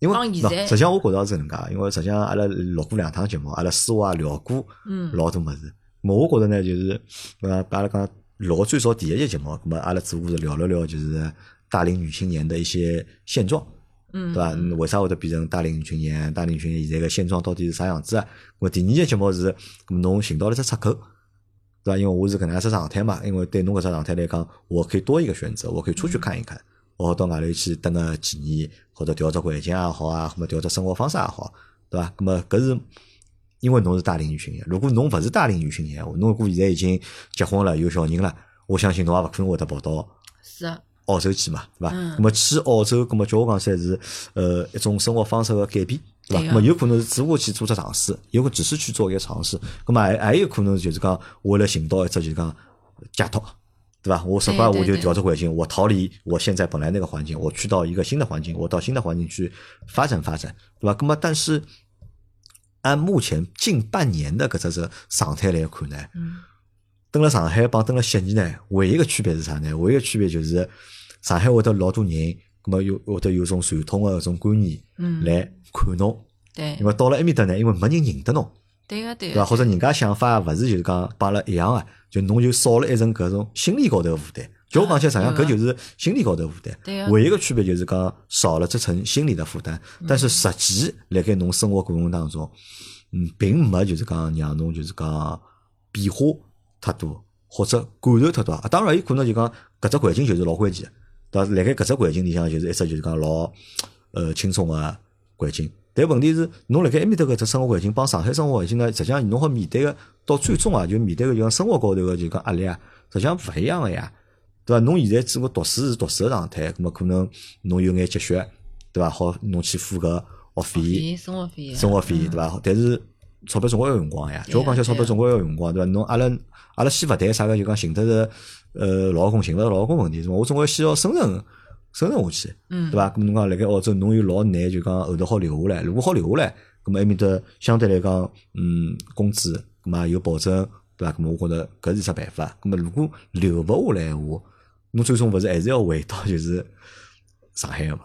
A: 因为
B: 帮现
A: 喏
B: 在
A: 实际上我觉着是搿能介，因为实际上阿拉录过两趟节目，阿拉私下也聊过
B: 嗯
A: 老多物事。咁我觉着呢，就是呃，阿拉讲老最早第一集节目，咁么阿拉只不过是聊了聊，就是大龄女青年的一些现状。
B: 嗯，
A: 对伐？嗯为啥会得变成大龄女青年？大龄女青年现在个现状到底是啥样子啊？我第二节节目是，咁侬寻到了只出口，对伐？因为我是搿能样只状态嘛，因为对侬搿只状态来讲，我可以多一个选择，我可以出去看一看，我到外头去蹲个几年，或者调只环境也好啊，或者调只生活方式也好，对伐？咁么搿是。因为侬是大龄女青年，如果侬勿是大龄女青年，侬如果现在已经结婚了，有小人了，我相信侬也勿可能会得跑到
B: 是啊，
A: 澳洲去嘛，对伐？
B: 嗯
A: 那么去澳洲，那么叫我讲起来是呃一种生活方式的改变，对伐？
B: 对啊
A: 那么有可能是只不过去做只尝试，有可能只是去做一个尝试，那么还还有可能就是讲为了寻到一只就是讲解脱，对伐？我什么
B: 对
A: 我
B: 对
A: 就
B: 对
A: 调整环境，我逃离我现在本来那个环境，我去到一个新的环境，我到新的环境去发展发展，对伐？那么但是按目前近半年的搿只只状态来看呢，
B: 嗯，
A: 蹲了上海帮蹲了悉尼呢，唯一个区别是啥呢？唯一个区别就是上海会得老多人，葛么有会得有种传统的搿种观念
B: 嗯
A: 来看侬。
B: 对
A: 因，为到了埃面搭呢，因为没人认得侬，
B: 对个对
A: 对伐？
B: 个，
A: 或者人家想法勿是就是讲帮阿拉一样个、就侬就少了一层搿种心理高头个负担。就我讲起来，实际上搿
B: 对啊
A: 就是心理高头负
B: 对
A: 担。
B: 啊
A: 唯一个区别就是讲少了这层心理的负担，但是实际辣盖侬生活过程当中，嗯，并没就是讲让侬就是讲变化太多，或者感受太多。啊当然，有可能就讲搿只环境就是老关键的，对伐？辣盖搿只环境里向，就是一只就是讲老呃轻松个环境。但问题是，侬辣盖埃面搭搿只生活环境帮上海生活环境呢，实际上侬好面对个到最终啊，就面对个就讲生活高头个就讲压力啊，实际上勿一样个呀。对伐？侬现在只不过读书是读书个状态，咁么可能侬有眼积蓄，对伐？好，侬去付搿学费，
B: 费生活费啊，
A: 生活费，对伐？但是钞票总归要用光呀，
B: 对啊
A: 就我讲起来，
B: 对啊
A: 钞票总归要用光，对伐？侬阿拉阿拉先勿谈啥个，就讲寻得着呃老公寻勿着老公问题，是伐？我总归先要生存生存下去，
B: 嗯
A: 对伐？咁侬讲辣盖澳洲，侬有老难，就讲后头好留下来，如果好留下来，咁么埃面搭相对来讲，嗯，工资咁么也有保证，对伐？咁么我觉着搿是只办法。咁么如果留勿下来闲话，侬最终勿是还是要回到就是上海个嘛，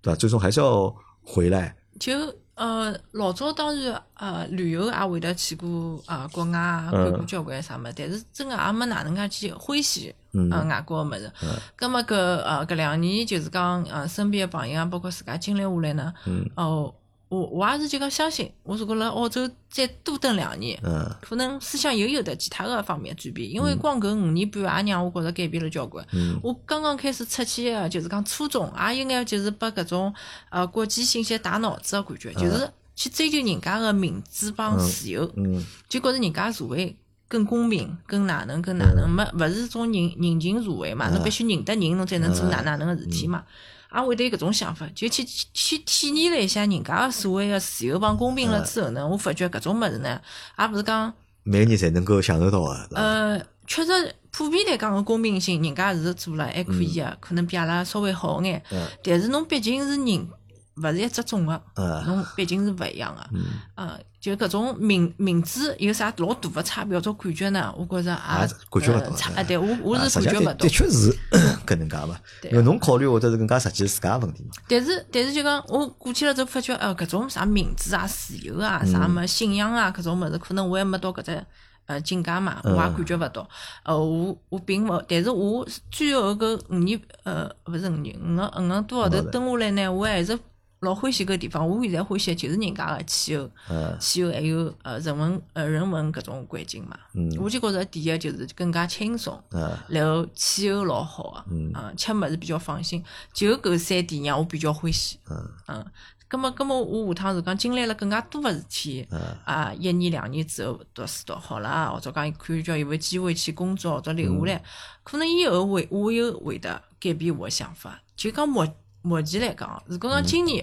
A: 对伐？最终还是要回来。
B: 就呃，老早当然呃旅游也会得去过呃国外啊，
A: 嗯
B: 看过交关啥么，但是真个也没哪能介去欢喜
A: 嗯
B: 呃外国个么子。葛么搿呃搿两年就是讲呃身边个朋友啊，包括自家经历下来呢，
A: 嗯
B: 哦。我我也是就讲相信，我如果辣澳洲再多等两年，
A: 嗯
B: 可能思想又有得其他个方面转变，因为光搿五年半也让我觉着改变了交关。
A: 嗯
B: 我刚刚开始出去个就是讲初衷，也应该就是拨搿种呃国际信息打脑子个感觉，就是去追求人家个民主帮自由，
A: 嗯
B: 就觉着人家社会更公平、更哪能、更哪能，没勿是种人人情社会嘛，侬必须认得人，侬才能做哪哪能个事体嘛。也会得有搿种想法，就去去去体验了一下人家所谓个自由帮公平了之后呢，我发觉搿种物事呢，也勿是讲
A: 每个人才能够享受到啊的。是吧
B: 呃，确实普遍来讲个公平性，人家是做了还可以个，可能比阿拉稍微好眼
A: 嗯。
B: 但是侬毕竟是人，勿是一只种个，
A: 嗯
B: 侬毕竟是勿一样个。呃，就搿种民民主有啥老大个差别或者感觉呢？我觉着
A: 也
B: 也
A: 感觉勿
B: 呃
A: 到
B: 差
A: 对
B: 啊，对我我
A: 啊
B: 是
A: 实际
B: 感觉
A: 上
B: 勿
A: 的
B: 到
A: 的。确是 搿能介嘛，
B: 对啊
A: 因为侬考虑或者是更加实际自家的问题嘛。
B: 但是但是就讲，我过去了之后发觉，呃，搿种啥民主啊、自由啊、啥么信仰啊，搿种物事，可能我还没到搿只呃境界嘛，我也感觉勿到。呃，我我并勿，但是我最后搿五年，呃，勿是五年，五个五个多号头
A: 五个
B: 蹲下来呢，我还是老欢喜搿地方。我现在欢喜的就是人家个气候，
A: 嗯
B: 气候还有呃人文呃人文搿种环境嘛。我就觉着第一就是更加轻松。
A: 嗯
B: 然后气候老好啊，嗯，吃么子比较放心，就搿三点让我比较欢喜。
A: 嗯
B: 嗯，葛么葛么我下趟是讲经历了更加多个事体，啊，一年两年之后读书读好了，或者讲看叫有没有机会去工作或者留下来，可能以后会我又会得改变我的想法。就讲目目前来讲，如果讲今年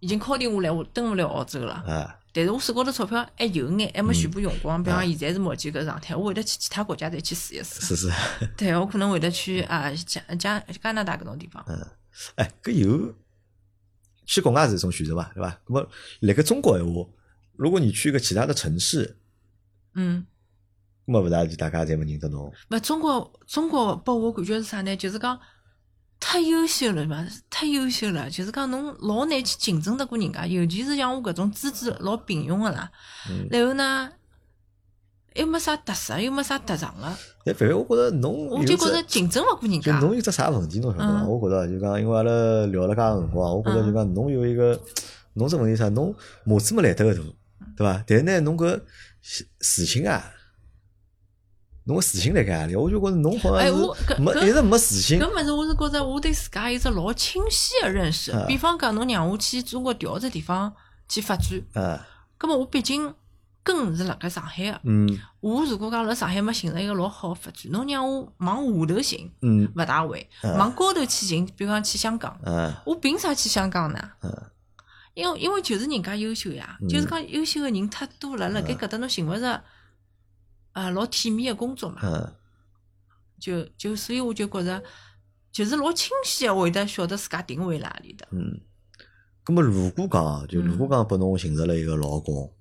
B: 已经敲定下来，我登勿了澳洲了。
A: 啊
B: 但是我手高头钞票还有眼，还没全部用光。比方讲，现在是目前搿状态，我会得去其他国家再去试一试。
A: 是 是，
B: 对，我可能会得去啊加加加拿大搿种地方。
A: 哎，搿有去国外是一种选择嘛，对伐？那么辣盖中国闲话，如果你去一个其他的城市，
B: 嗯，
A: 那么勿大就大家侪没认得侬。
B: 勿，中国中国拨我感觉是啥呢？就是讲太优秀了嘛，太优秀了。就是讲侬老难去竞争得过人家，尤其是像我搿种资质老平庸个啦。
A: 嗯
B: 然后呢，又没啥特色，又没啥特长个，
A: 但反正我觉着侬
B: 我
A: 有
B: 就
A: 只
B: 觉着竞争勿过人
A: 就
B: 家。
A: 侬有只啥问题，侬晓得伐？
B: 嗯
A: 我觉着就讲，因为阿拉聊了介个辰光，我觉着就讲，侬有一个，侬只问题是啥？侬码子没来得个大，对伐？但是呢，侬搿事事情啊，侬个事情辣盖何里？我就觉着侬好像
B: 哎
A: 是
B: 我搿
A: 没
B: 搿
A: 一直没事情
B: 搿物事我是觉着我对自家有只老清晰个认识。
A: 啊
B: 比方讲，侬让我去中国调只地方去发展，
A: 啊，
B: 葛末我毕竟根是辣盖上海个。
A: 嗯
B: 我如果讲辣上海没寻着一个老好个发展，侬让我往下头寻，
A: 嗯
B: 勿大会；往高头去寻，比如讲去香港，
A: 啊
B: 我凭啥去香港呢？
A: 啊
B: 因为因为就是人家优秀呀，
A: 嗯
B: 就是讲优秀个人太多了，辣盖搿搭侬寻勿着，啊，老体面个工作嘛，
A: 啊
B: 就就所以我就觉着，就是老清晰个会得晓得自家定位辣何里的，
A: 嗯。葛么，如果讲啊就如果讲拨侬寻着了一个老公，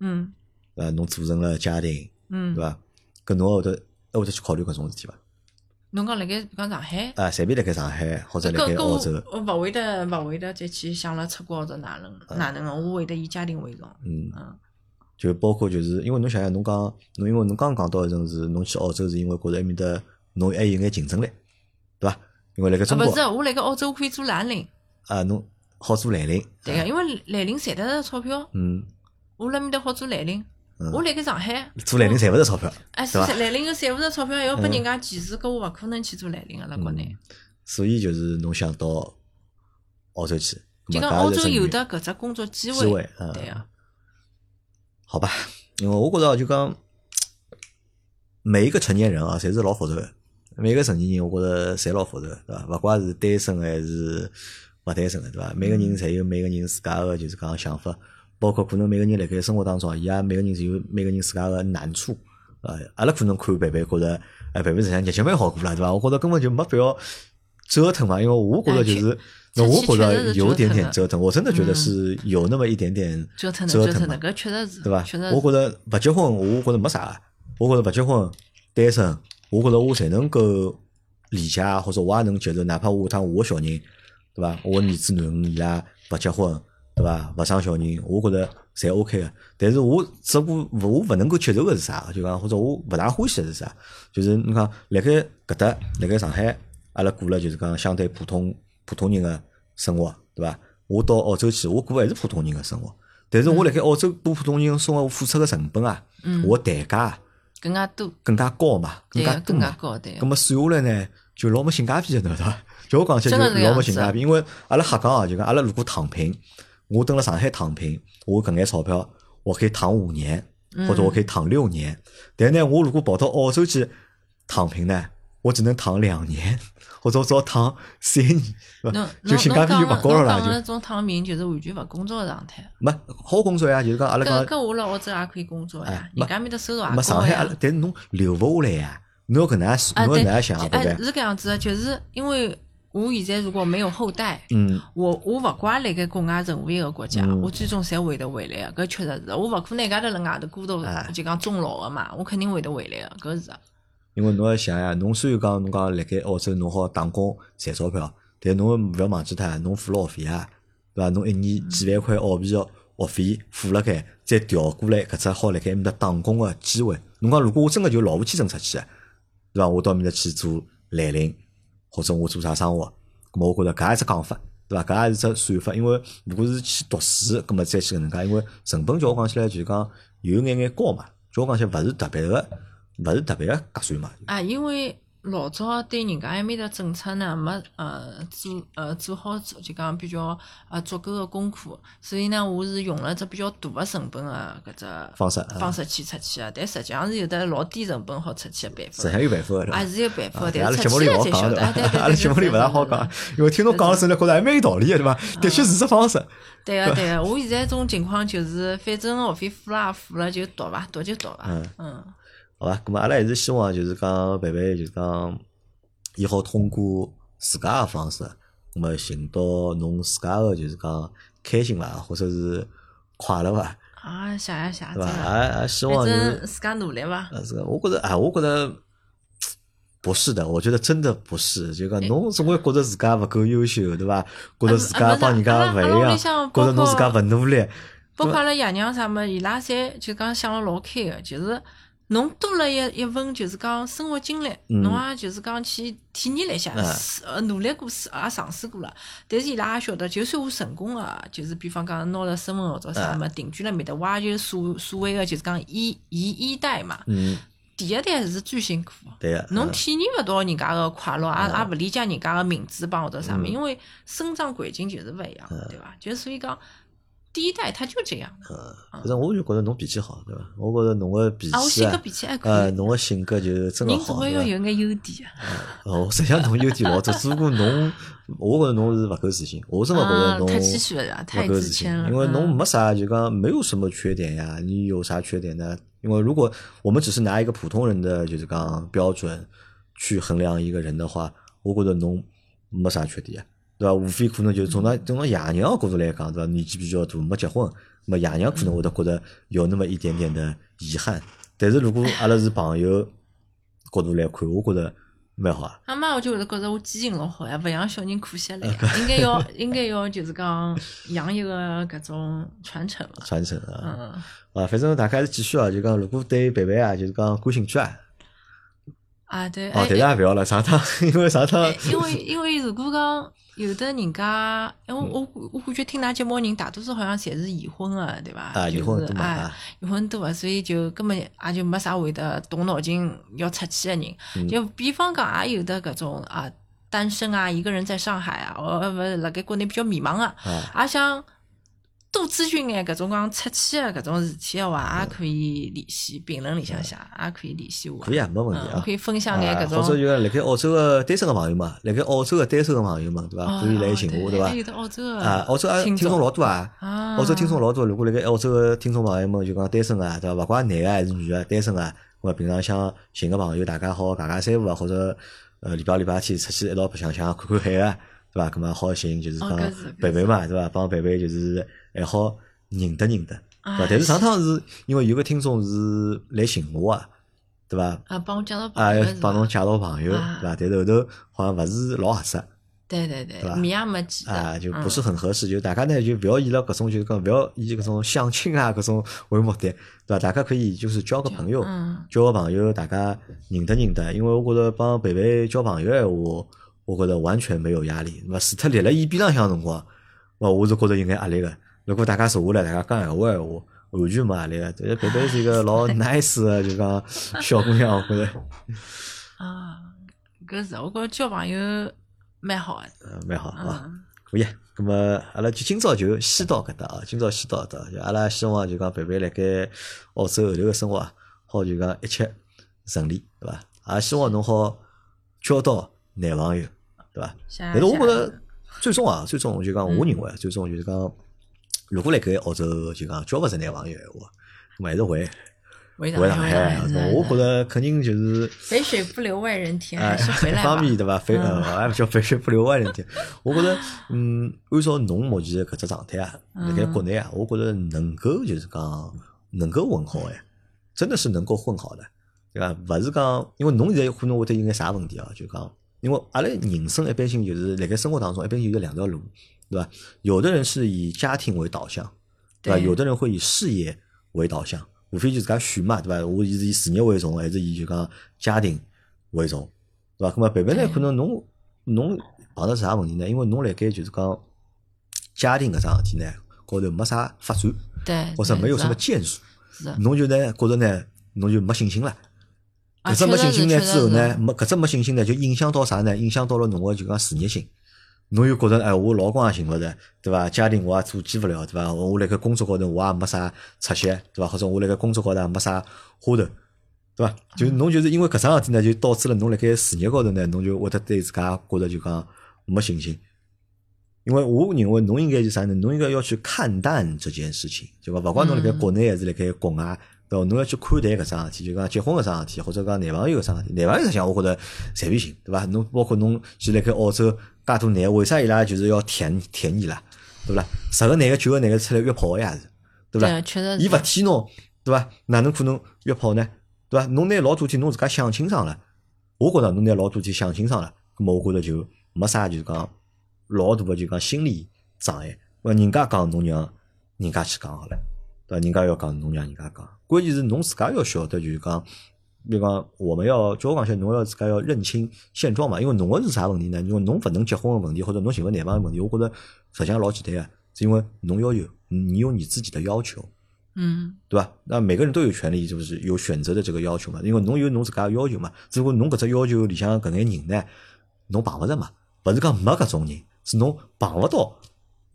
B: 嗯
A: 呃，侬组成了家庭，对
B: 嗯。
A: 伐？搿侬会得还会得去考虑搿种事体伐？
B: 侬讲辣盖比如讲上海，
A: 啊，随便辣盖上海或者
B: 搿
A: 辣盖
B: 搿
A: 澳洲，
B: 我我勿会得勿会得再去想了出国或者哪能哪能个，我会得以家庭为重，
A: 嗯，
B: 嗯。
A: 就包括就是因为侬想想，侬讲侬因为侬刚刚讲到一种是侬去澳洲是因为觉着埃面搭侬还有眼竞争力，对伐？因为辣盖中
B: 啊，
A: 国
B: 勿是，我辣盖澳洲可以做蓝领，
A: 啊，侬好做蓝领，
B: 对个，因为蓝领赚得着钞票，
A: 嗯，
B: 我辣面搭好做蓝领。我辣盖上海，
A: 做蓝领赚勿着钞票，
B: 哎，
A: 嗯对吧
B: 蓝领又赚勿着钞票，还要拨人家歧视，搿我勿可能去做蓝领啊个辣国
A: 嗯
B: 内。
A: 所以就是侬想到澳洲去，
B: 就
A: 咾
B: 讲
A: 么搿
B: 澳
A: 也是
B: 洲
A: 一种
B: 有得搿只工作机
A: 机会
B: 会，，
A: 嗯，
B: 对个，
A: 好吧，因为我觉着就讲，每一个成年人啊，侪是老复杂的。每个成年人，我觉着侪老复杂的，对伐？勿怪是单身还是勿单身的，对伐？每个人侪有每个人自家的，就是讲想法，包括可能每个人辣盖生活当中啊，伊也每个人侪有每个人自家的难处。呃，阿拉可能看贝贝觉着，哎，贝贝实际上日脚蛮好过啦，对伐？我觉着根本就没必要折腾嘛，因为我觉着就是，那
B: 哎确
A: 我觉
B: 确实
A: 着
B: 是
A: 有
B: 折
A: 点
B: 腾嗯
A: 点
B: 的
A: 折腾，我真的觉得是有那么一点点
B: 折腾的
A: 折
B: 折腾
A: 嘛
B: 的，搿确实是，
A: 对伐
B: 确实？
A: 我
B: 是，
A: 觉着勿结婚，我觉着没啥。我觉着勿结婚、单身，我觉着我侪能够理解，啊或者我也能接受。哪怕我下趟我个小人，对伐？我儿子囡儿伊拉勿结婚，对伐？勿生小人，我觉着侪 OK 个。但是我只不过我勿能够接受个是啥？就讲或者我勿大欢喜个是啥？就是你讲辣盖搿搭，辣盖上海，阿拉过了就是讲相对普通普通人个生活，对伐？我到澳洲去，我过还是普通人个生活，但
B: 嗯
A: 是我辣盖澳洲过普通人生活，我付出个成本啊，我代价啊
B: 更加多，
A: 更加高嘛，
B: 嗯
A: 更
B: 对
A: 加多
B: 个，更加
A: 嘛。
B: 高，对
A: 咁
B: 个，
A: 么算下来呢，就老没性价比的，侬晓得伐？ 就我讲起来
B: 真的是啊
A: 就
B: 这
A: 老
B: 样
A: 没性价
B: 子
A: 比，因为阿拉瞎讲啊，就讲阿拉如果躺平，我蹲辣上海躺平，我搿眼钞票我可以躺五年，
B: 嗯
A: 或者我可以躺六年。但呢，我如果跑到澳洲去躺平呢，我只能躺两年， 或者我只好躺三年，对
B: 侬
A: 伐？
B: 侬
A: 就性价
B: 侬
A: 比就
B: 讲
A: 勿
B: 的
A: 高了
B: 侬
A: 啦，
B: 讲啊
A: 就
B: 的那种躺平就是完全勿工作的状态。
A: 没好工作呀，就是讲阿拉
B: 搿
A: 讲
B: 搿我辣澳洲也可以工作呀
A: 哎，
B: 人家面搭收入也
A: 没上
B: 高
A: 海阿
B: 呀
A: 拉。，但是侬留勿下来呀，侬要搿能样想，
B: 啊，
A: 侬要
B: 对，
A: 搿能样想，对勿
B: 哎
A: 对？
B: 是搿样子的，就是因为我现在如果没有后代，
A: 嗯。
B: 我我勿怪辣盖国外任何一个国家，
A: 嗯
B: 我最终侪会得回来个，搿确实是的。我勿可能一家头辣外头孤独
A: 哎，
B: 就讲终老个嘛，我肯定会得回来个，搿是的。
A: 因为侬要想呀，侬虽然讲侬讲辣盖澳洲侬好打工赚钞票，但侬勿要忘记脱啊，侬付了学费啊，对伐？侬一年
B: 嗯
A: 几万块澳币个学费付辣盖，再调过来搿只好辣盖埃面搭打工个机会。侬讲如果我真个就老婆签证出去，啊对伐？我到埃面搭去做蓝领，或者我做啥生活，咁我觉着搿也是讲法。对伐？搿也是只算法，因为如果是去读书，葛末再去搿能介，因为成本叫我讲起来就是讲有眼眼高嘛，叫我讲起来勿是特别个，勿是特别个合算嘛。
B: 啊，因为老早对人家埃面的政策呢，没呃做呃做好做就讲比较呃足够的功课，所以呢，我是用了只比较大的成本的搿只
A: 方式嗯
B: 方式去出去的，但实际上是有得老低成本好出去的办
A: 实际
B: 法。
A: 上有办法个对伐
B: 啊，？是有办法
A: 啊，
B: 的，
A: 阿
B: 但
A: 拉节
B: 是
A: 目
B: 出
A: 里
B: 去
A: 勿
B: 了
A: 好
B: 才晓
A: 讲
B: 得。啊，对
A: 伐？
B: 对对，
A: 阿拉节目里勿大好
B: 对
A: 讲。，因为听侬讲了之后呢，觉着还蛮有道理个，对伐？的确是只方式。
B: 对个对啊个，我现在种情况就是，反正学费付了也付了，就读伐，读就读伐
A: 嗯。
B: 嗯，
A: 好吧，咁么阿拉还是希望就是讲范范就是讲，伊好通过自家个方式，咁么寻到侬自家个就是讲开心伐，或者是快乐伐，
B: 啊，谢谢谢谢，
A: 对
B: 真的
A: 伐？也也希望
B: 反
A: 就是
B: 正，自家努力伐。
A: 呃，这个我觉着啊，我觉着。不是的，我觉得真的不是。就
B: 哎
A: 讲侬总归觉着自家勿够优秀，对伐？觉着自家帮人家勿
B: 啊不是
A: 一
B: 阿拉阿拉屋
A: 样，
B: 里向
A: 觉着侬自家
B: 包
A: 勿
B: 括
A: 努力，
B: 包括阿拉爷娘啥么，伊拉侪就讲想了老开个，就是侬多了一一份就是讲生活经历，
A: 嗯
B: 侬也就是讲去体验了一下
A: 嗯，
B: 试呃努力过，试也尝试过了。但是伊拉也晓得，就算我成功了，就是比方讲拿了身份或者啥
A: 哎
B: 么，定居了面搭，我也就所所谓个就是讲一一一代嘛，
A: 嗯，
B: 第一代是最辛苦个。
A: 对个。
B: 侬
A: 嗯
B: 体验勿到人家个快乐，也也勿理解人家个民主帮或者啥么，
A: 哎嗯哎
B: 因为生长环境就是勿一样，对伐？就所以讲，第一代他就这样。
A: 呃，反正我就觉着侬脾气好，对伐？我觉着侬个脾
B: 啊，我
A: 气
B: 性格
A: 啊，
B: 脾气还可
A: 呃，
B: 以，
A: 侬个性格就是真个
B: 人总
A: 好，
B: 归要
A: 对伐？
B: 有眼优点啊。
A: 哦，实际上侬优点老多，只不过侬，我觉着侬是勿够自信，我真个觉
B: 啊
A: 着，侬
B: 太谦虚了呀，太
A: 不够
B: 自
A: 自信
B: 谦了。，
A: 因为侬
B: 嗯
A: 没啥就讲没有什么缺点呀，你有啥缺点呢？因为如果我们只是拿一个普通人的就是讲标准去衡量一个人的话，我觉得侬没啥缺点，对吧？无非可能就是从
B: 嗯
A: 那从那爷娘的角度来讲，对吧？年纪比较大，没结婚，那么爷娘
B: 嗯
A: 可能会得觉得有那么一点点的遗憾。但是如果阿拉是朋友角度来看，我觉得蛮好啊。
B: 阿妈我就会得觉着我记性老好呀，勿像小人可惜了呀。啊应该要应该要就是讲养一个搿种传承嘛。
A: 传承啊，
B: 嗯，
A: 啊，反正大家还是继续啊，就讲如果对贝贝啊，就是讲感兴趣啊，
B: 啊对，
A: 哦，
B: 哎
A: 但是也勿要了， 上趟因为上趟
B: 哎因为因为如果讲有的人家，哎我
A: 嗯
B: 我我感觉听㑚节目人大多数好像侪是已婚的，对伐？
A: 啊，
B: 就
A: 离婚
B: 是
A: 对嘛
B: 哎
A: 啊，
B: 离婚多啊，所以就根本也就没啥会得动脑筋要出去的
A: 嗯
B: 人。就比方讲，也有的搿种啊，单身啊，一个人在上海啊，哦勿是辣盖国内比较迷茫啊，
A: 啊，
B: 也想多咨询眼搿种讲出去的搿种事体的
A: 嗯
B: 话，也可以联系评论里向写，也可以联系我。
A: 可以啊，没问题
B: 嗯，我
A: 啊
B: 可。以分享眼
A: 啊，
B: 搿
A: 或者
B: 种。
A: 就讲辣盖澳洲个单身个朋友嘛，辣盖澳洲个单身个朋友们，对伐？
B: 哦
A: 可以啊来寻我，
B: 对
A: 伐
B: 还？有的澳洲的
A: 啊，澳洲啊，听
B: 听
A: 众
B: 众
A: 老多啊，
B: 啊，
A: 澳洲听众老多。如果辣盖澳洲个听众朋友们就讲单身个，对伐？勿管男个还是女个，单身个，我啊平常想寻个朋友，大家好尬尬三胡啊，或者呃礼拜礼拜天出去一道白相相，看看海个，对伐？咁么好寻就是
B: 哦
A: 讲
B: 搿是
A: 陪
B: 搿
A: 陪嘛，对伐？帮陪陪就是还好认得认得。
B: 啊
A: 对吧？但是上趟是因为有个听众是来寻我啊，对伐？
B: 啊，帮我介绍朋
A: 啊，
B: 友
A: 要
B: 是
A: 帮侬
B: 吧
A: 介绍朋友，对
B: 啊
A: 伐？但是后头好像勿是老合适，
B: 对对对
A: 对吧，
B: 米也没记得
A: 啊，就不是
B: 嗯
A: 很合适。就大家呢，就不要以了搿种，就是讲不要以搿种相亲啊搿种为目的，对吧？大家可以就是交个朋友，
B: 嗯
A: 交个朋友，大家认得认得。因为我觉着帮贝贝交朋友闲话，我觉着完全没有压力。那么除脱立辣伊边浪向的辰光，我我是觉着有眼压力个。如果大家坐下来，大家讲闲话闲话，完全没压力个。但是贝贝是一个老 nice 的，就讲小姑娘，我觉着
B: 啊，搿是我觉着交朋友蛮好的，
A: 呃蛮好啊。
B: 嗯，
A: 可以，咁么阿拉就今朝就先到搿搭啊，今朝先到搿搭，就阿拉希望就讲贝贝辣盖澳洲后头个生活啊，好就讲一切顺利，对伐？也希望侬好交到男朋友，对伐？
B: 谢谢
A: 但是哎我觉得最终啊，最终就讲我认为啊，最终就是讲，如果辣盖澳洲就讲交勿着男朋友闲话，咁还是回
B: 回
A: 回
B: 上
A: 上
B: 海，
A: 海啊。
B: 回
A: 我觉
B: 上海
A: 得肯定就是。
B: 肥水不流外人田，
A: 哎
B: 还是回
A: 一
B: 来 吧嗯
A: 方。面对伐？肥呃，还勿叫肥水不流外人田。 我觉着，嗯，按照侬目前搿只状态啊，辣
B: 嗯
A: 盖国内啊，我觉着能够就是讲能够混好哎，真的是能够混好的，对伐？勿是讲，因为侬现在可能会得有眼啥问题啊？就讲，因为阿拉人生一般性就是辣盖生活当中一般性有两条路，对伐？有的人是以家庭为导向，对吧？
B: 对
A: 有的人会以事业为导向，无非就自家选嘛，对吧？我是以事业为重，还是以就讲家庭为重，对吧？那么贝贝呢，
B: 对
A: 可能侬侬碰到啥问题呢？因为侬辣盖就是讲家庭搿桩事体呢，高头没啥发展，
B: 对，
A: 或者
B: 对
A: 没有什么
B: 是的
A: 建树，
B: 是的
A: 侬就呢觉着呢，侬就没信心了。
B: 啊
A: 搿只没
B: 确
A: 信心
B: 实是
A: 呢
B: 确
A: 之后
B: 实
A: 呢，
B: 是
A: 没搿只没信心呢，就影响到啥呢？影响到了侬个就讲事业心。侬又觉着哎，我老光也寻勿着，对伐？家庭我也组建勿了，对伐？我辣盖工作高头我也没啥出息，对伐？或者我辣盖工作高头也没啥花头，对伐？就是侬就是因为搿桩事体呢，就导致了侬辣盖事业高头呢，侬就会得对自家觉着就讲没信心。因为我认为侬应该是啥呢？侬应该要去看淡这件事情，对伐？勿管侬辣盖国内还是辣盖国外，对伐？侬要去看待搿桩事体，就讲结婚搿桩事体，或者讲男朋友搿桩事体。男朋友实际上我觉着随便寻，对伐？侬包括侬现在辣盖澳洲介多男，为啥伊拉就是要舔舔你啦？对勿啦？十个男个九个男个出来约炮个呀是，对勿啦
B: 对，？确实
A: 伊
B: 是
A: 勿舔侬，对伐？哪能可能约炮呢？对伐？侬拿老多天侬自家想清爽了，我觉着侬拿老多天想清爽了，咁么我觉着就没啥就是讲老大个就讲心理障碍。那人家讲侬让人家去讲好了，对伐？人家要讲侬让人家讲，关键是侬自家要晓得就是讲。比如讲，我们要交往下，侬要自家要认清现状嘛。因为侬个是啥问题呢？因为侬勿能结婚个问题，或者侬寻勿男朋友的问题，我觉着实际上老简单个，是因为侬要有，你有你自己的要求。
B: 嗯，
A: 对吧？那每个人都有权利，就是有选择的这个要求嘛。因为侬有侬自家的要求嘛，只不过侬搿只要求里向搿眼人呢，侬碰勿着嘛。勿是讲没搿种人，是侬碰勿到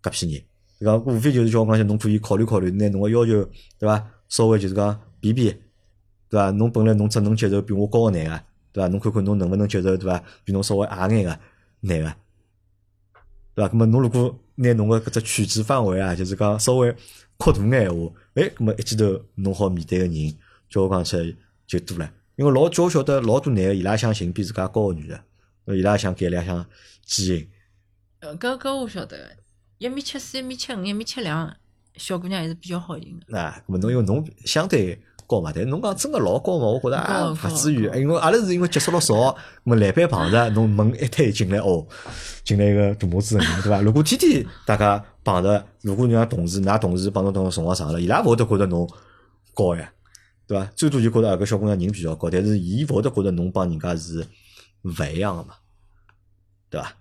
A: 搿批人。对伐？无非就是叫我讲，侬可以考虑考虑，拿侬个要求，对伐？稍微就是讲比比，对伐？侬本来侬只能接受比我高个男个，对伐？侬看看侬能勿能接受，对伐？比侬稍微矮眼个男个，对伐？咁么侬如果拿侬个搿只曲子范围啊，就是讲稍微扩大眼闲话，诶，咁么一记头侬好面对个人，叫我讲起来就多了。因为老叫我晓得老多男个伊拉想寻比自家高个女个，伊拉想改，伊拉想基因，
B: 呃搿搿我晓得的，一米七四、一米七五、一米七两，小姑娘还是比较好寻的。
A: 啊，咁么侬因为侬相对高嘛，但是侬讲真个老高嘛，我觉着
B: 高
A: 啊
B: 高
A: 勿至于，
B: 高
A: 因为阿拉是因为接触了少，咁么篮板碰着，侬门一推进来哦，进来一个大拇指人，对伐？如果天天大家碰着，如果让同事，㑚同事帮侬同辰光长了，伊拉勿会得觉着侬高呀，对伐？最多就觉着啊搿小姑娘人比较高，但是伊勿会得觉着侬帮人家是勿一样个嘛，对伐？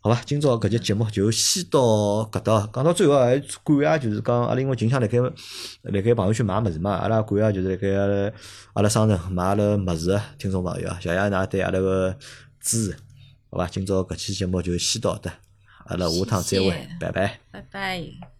A: 好吧，今朝搿节节目就先到搿搭。讲到最后啊，还感谢就是讲阿拉因为近腔辣盖辣盖朋友圈买物事嘛，阿拉感谢就是辣盖阿拉阿拉商城买阿拉物事的听众朋友啊，谢谢㑚对阿拉个支持。好吧，今朝搿期节目就先到搿搭，阿拉下趟再
B: 谢
A: 会
B: 谢，
A: 拜拜。
B: 拜拜。